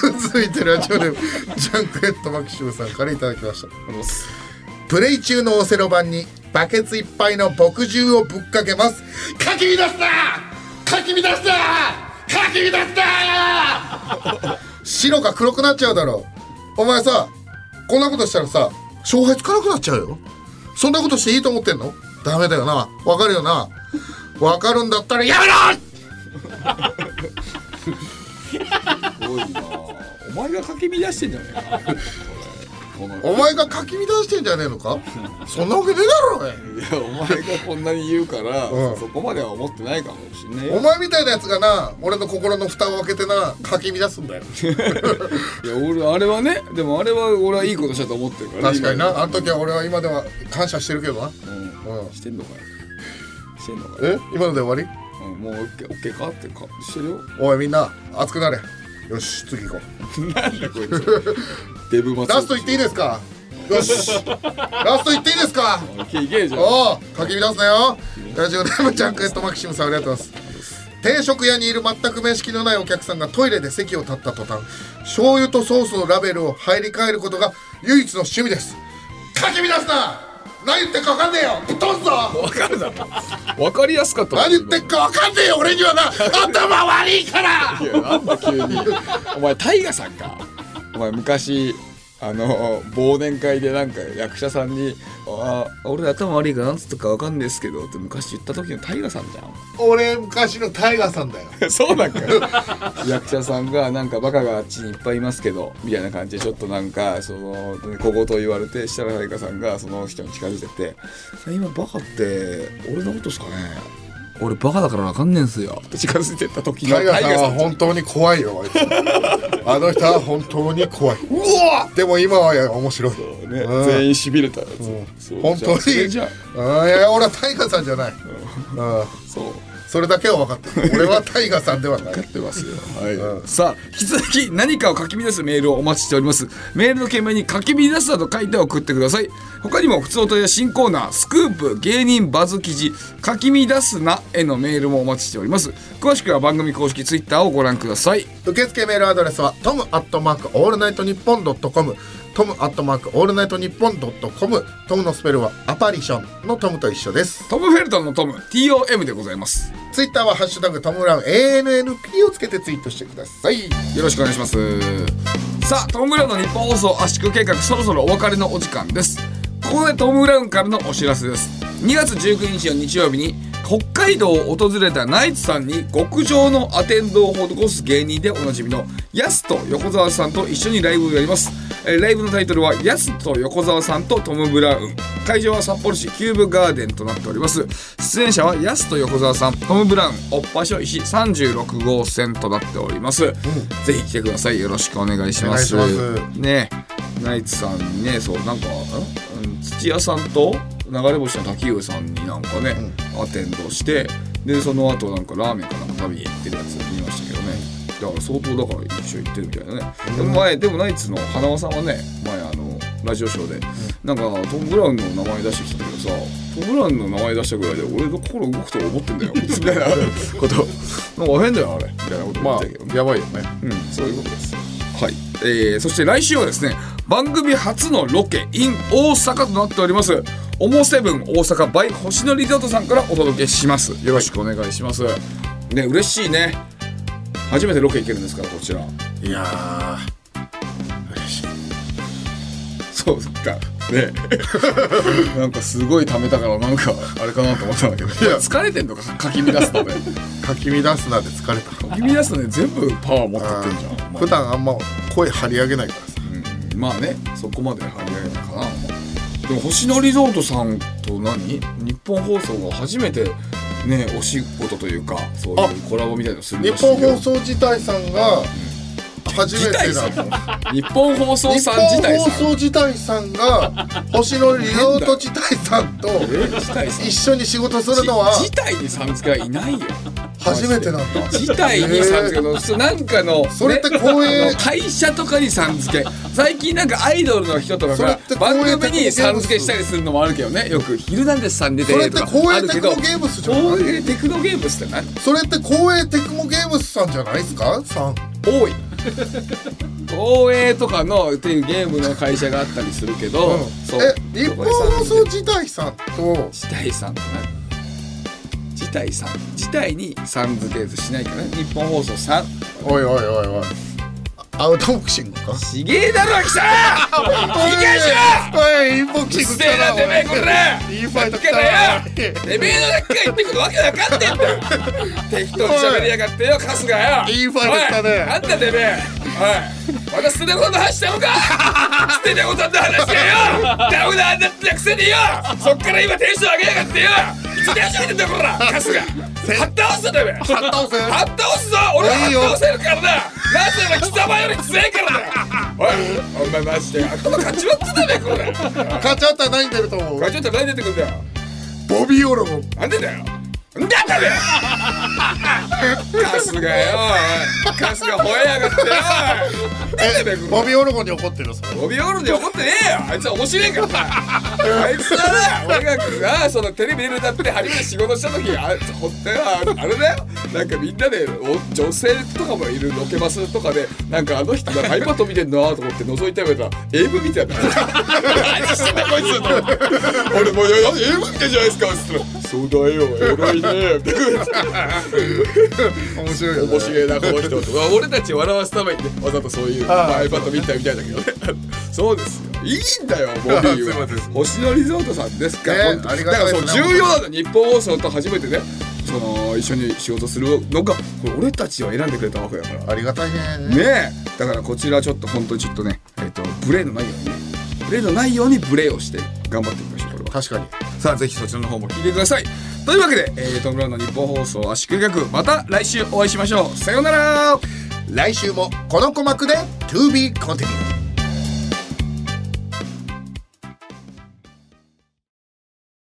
Speaker 1: 続いてラジオネームジャンクエットマキシムさんからいただきました
Speaker 2: あのす
Speaker 1: プレイ中のオセロ版にバケツいっぱいの墨汁をぶっかけますかき乱すなかき乱すなかき乱すな白が黒くなっちゃうだろお前さこんなことしたらさ勝敗つかなくなっちゃうよそんなことしていいと思ってんのダメだよなわかるよなわかるんだったらやめろ
Speaker 2: ごいなお前がかき乱してんじゃねえかこれこの
Speaker 1: お前がかき乱してんじゃねえのかそんなわけねえだろおい
Speaker 2: いやお前がこんなに言うから、
Speaker 1: うん
Speaker 2: そこまでは思ってないかもしんないよ
Speaker 1: お前みたいなやつがな俺の心の蓋を開けてなかき乱すんだよ
Speaker 2: いや俺あれはねでもあれは俺はいいことしたと思ってるからね
Speaker 1: 確かに
Speaker 2: 今
Speaker 1: なあの時は俺は今では感謝してるけどな
Speaker 2: うん
Speaker 1: うん
Speaker 2: してんのかよしてんのかよ、
Speaker 1: え今ので終わり
Speaker 2: うん、もうオッケーオッケーかってかしてるよ
Speaker 1: おいみんな熱くなれよし次行こう
Speaker 2: なんだこいつデブマ
Speaker 1: ラスト行っていいですかよしラスト行っていいですか
Speaker 2: いけいけじゃん
Speaker 1: おおかき乱すなよラジオネームジャンクエットマキシムさんありがとうございます定食屋にいる全く面識のないお客さんがトイレで席を立った途端醤油とソースのラベルを入り替えることが唯一の趣味ですかき乱すな何言ってんか分かんねえよぶっ飛ぶぞ
Speaker 2: わかるだろわかりやすかった
Speaker 1: 何言ってんか分かんねえよ俺にはな頭悪いから
Speaker 2: いやなんだ急にお前タイガさんかお前昔あの忘年会でなんか役者さんに「あ俺頭悪いからなんつったかわかんないですけど」って昔言った時のタイガさんじゃん
Speaker 1: 俺昔のタイガーさんだよ
Speaker 2: そうなんか役者さんがなんかバカがあっちにいっぱいいますけどみたいな感じでちょっとなんかその小言を言われて設楽彩香さんがその人に近づいてって「今バカって俺のことですかね俺バカだからわかんねえんすよ」って近づいてった時の
Speaker 1: タイガーさんは
Speaker 2: タイ
Speaker 1: 本当に怖いよあいつあの人は本当に怖いでも今はや面白い
Speaker 2: ね
Speaker 1: うん
Speaker 2: 全員しびれたやつ、そう
Speaker 1: 本当に
Speaker 2: じゃあじゃあ
Speaker 1: うんいや俺はタイガーさんじゃない、うん、
Speaker 2: そう
Speaker 1: それだけは分かってる俺はタイガーさんではない
Speaker 2: 分かってますよ、はいさあ引き続き何かを書き乱すメールをお待ちしておりますメールの件名に「書き乱す」など書いて送ってください他にも普通とや新コーナー「スクープ芸人バズ記事」「書き乱すな」へのメールもお待ちしております詳しくは番組公式ツイッターをご覧ください
Speaker 1: 受付メールアドレスはトムアットマークオールナイトニッポンドットコムトムアットマークオールナイトニッポンドットコムトムのスペルはアパリションのトムと一緒です
Speaker 2: トム・フェルトンのトム TOM でございます
Speaker 1: ツイッターはハッシュタグトムブラウン ANNP をつけてツイートしてください
Speaker 2: よろしくお願いしますさあトム・ブラウンの日本放送圧縮計画そろそろお別れのお時間ですここでトム・ブラウンからのお知らせです2月19日の日曜日に北海道を訪れたナイツさんに極上のアテンドを施す芸人でおなじみのヤスと横澤さんと一緒にライブをやりますえーライブのタイトルは「ヤスと横澤さんとトム・ブラウン」会場は札幌市キューブガーデンとなっております出演者はヤスと横澤さんトム・ブラウンおっぱしょ石36号線となっております、ぜひ来てくださいよろしくお願いします
Speaker 1: お願いしま
Speaker 2: ねえナイツさんにねそうなんかんうん土屋さんと流れ星の滝上さんになんかね、アテンドしてでその後なんかラーメンかなんか食べに行ってるやつ見ましたけどねだから相当だから一緒に行ってるみたいなね、でも前でもナイツの花輪さんはね前あのラジオショーで、なんかトム・ブラウンの名前出してきたけどさトム・ブラウンの名前出したぐらいで俺の心動くと思ってんだよみたいな ことなんか変だよあれみたいなこと言ってたけどね、
Speaker 1: やばいよね
Speaker 2: うん、そういうことです。はい、えー、そして来週はですね、番組初のロケ in 大阪となっております。オモセブン大阪 by 星野リゾートさんからお届けします。よろしくお願いします。ね、嬉しいね。初めてロケ行けるんですから、こちら。
Speaker 1: いやー
Speaker 2: そうか。ね。 なんかすごい溜めたから、なんかあれかなと思ったんだけど。
Speaker 1: いや
Speaker 2: 疲れてんのか、かき乱すので。か
Speaker 1: かき乱すなんて疲れた
Speaker 2: き乱すので、全部パワー持ってってんじゃん。
Speaker 1: 普段あんま声張り上げないからさ
Speaker 2: まあねそこまで張り上げたかなでも星野リゾートさんと何日本放送が初めてねお仕事というかそういうコラボみたいなのする
Speaker 1: 日
Speaker 2: らしいよ
Speaker 1: 本放送自体さんが
Speaker 7: 初めてなんですよ
Speaker 2: 日本放送
Speaker 7: 日
Speaker 2: さん
Speaker 7: 本
Speaker 2: 自体
Speaker 7: 放
Speaker 2: さん
Speaker 7: 送自体さんが星野リゾート自体さんと
Speaker 2: 自体さん
Speaker 7: 一緒に仕事するのは
Speaker 2: じ自体にさんつけはいないよ
Speaker 7: 初めてなんだ
Speaker 2: 自体にさんつ けのそうなんかの
Speaker 7: それって光栄
Speaker 2: ねあの会社とかにさん付け最近なんかアイドルの人とか
Speaker 7: それっ
Speaker 2: が
Speaker 7: て光栄
Speaker 2: 番組にさん付けしたりするのもあるけどねよく「ヒルナンデス」さん出て
Speaker 7: それって
Speaker 2: とか
Speaker 7: 光
Speaker 2: あ
Speaker 7: 栄
Speaker 2: る
Speaker 7: テ
Speaker 2: け
Speaker 7: クノ
Speaker 2: ど
Speaker 7: ゲームスじゃない
Speaker 2: 光栄テクノゲームスって何
Speaker 7: それって光栄テクノゲームスさんじゃないですかさん
Speaker 2: 多い東映とかのっていうゲームの会社があったりするけど、そう
Speaker 7: え日本放送自体さんと
Speaker 2: 自体さんって何自体さん自体にさん付けしないからね日本放送さん
Speaker 7: おいおいおいおいアウトボクシングか
Speaker 2: ちげえだろ貴様 いけし
Speaker 7: おいインボク
Speaker 2: ろう
Speaker 7: シ
Speaker 2: っ
Speaker 7: ング
Speaker 2: せえなてめえこれ
Speaker 7: いいファイト
Speaker 2: け
Speaker 7: 来
Speaker 2: だ
Speaker 7: た
Speaker 2: よ
Speaker 7: な
Speaker 2: てめえの中から言ってくるわけわかってんだよ 適当に喋りやがってよ春日よ
Speaker 7: いいファイトしたね
Speaker 2: おいあんたてめえおいまた捨てたことの話 したのか捨てたことの話だよダウナーだったくせによそっから今テンション上げやがってよいつテンション上げてんだよこ ら春日はっ倒すぞてめえはっ
Speaker 7: 倒
Speaker 2: はっ
Speaker 7: せ
Speaker 2: 倒すぞ俺ははっ倒せるからななぜなら貴様より強いからなおいお前マジで頭かちまってたねこれ
Speaker 7: 勝ち合ったら何出ると思う
Speaker 2: これちょっと何出てくんだよ
Speaker 7: ボビーオロゴン
Speaker 2: なんでだよなんだったんだよ春日よおい春日吠えやがってよおいなんでだよこ
Speaker 7: ボ
Speaker 2: れ
Speaker 7: ビーオロゴンに怒ってるそれ
Speaker 2: ボビーオールで怒ってねえよあいつは面白いからさあいつはな俺がなそのテレビで歌って初めて仕事した時あいつほってなあれだよなんかみんなでお女性とかもいるロケバスとかでなんかあの人なんか iPad 見てんなと思って覗いてみたら AV 見てたんだ何してんだこいつと思って俺もういやいや AV 見てんじゃないですかっつったら「そうだよエロいね」って
Speaker 7: 面白いよね
Speaker 2: 面白いなこの人とか 俺たちを笑わすためにねわざとそういう、まあ、iPad 見たみたいだけどね そうですよいいんだよボビーは
Speaker 7: すいません
Speaker 2: 星野リゾートさんですか
Speaker 7: ね
Speaker 2: ら、本当
Speaker 7: ありが
Speaker 2: だか
Speaker 7: た
Speaker 2: ら
Speaker 7: い
Speaker 2: そ
Speaker 7: で
Speaker 2: う
Speaker 7: すね
Speaker 2: 重要なんだ日本放送と初めてねその一緒に仕事するのがこれ俺たちを選んでくれたわけだから
Speaker 7: ありがたい
Speaker 2: ね
Speaker 7: ね
Speaker 2: えだからこちらちょっと本当にちょっとねえっ、とブレのないようにねブレのないようにブレをして頑張っていきましょうこれは
Speaker 7: 確かに
Speaker 2: さあぜひそちらの方も聞いてくださいというわけで、えー、トム・ブラウンの日本放送足利学また来週お会いしましょうさようなら
Speaker 7: 来週もこの鼓膜で To be continued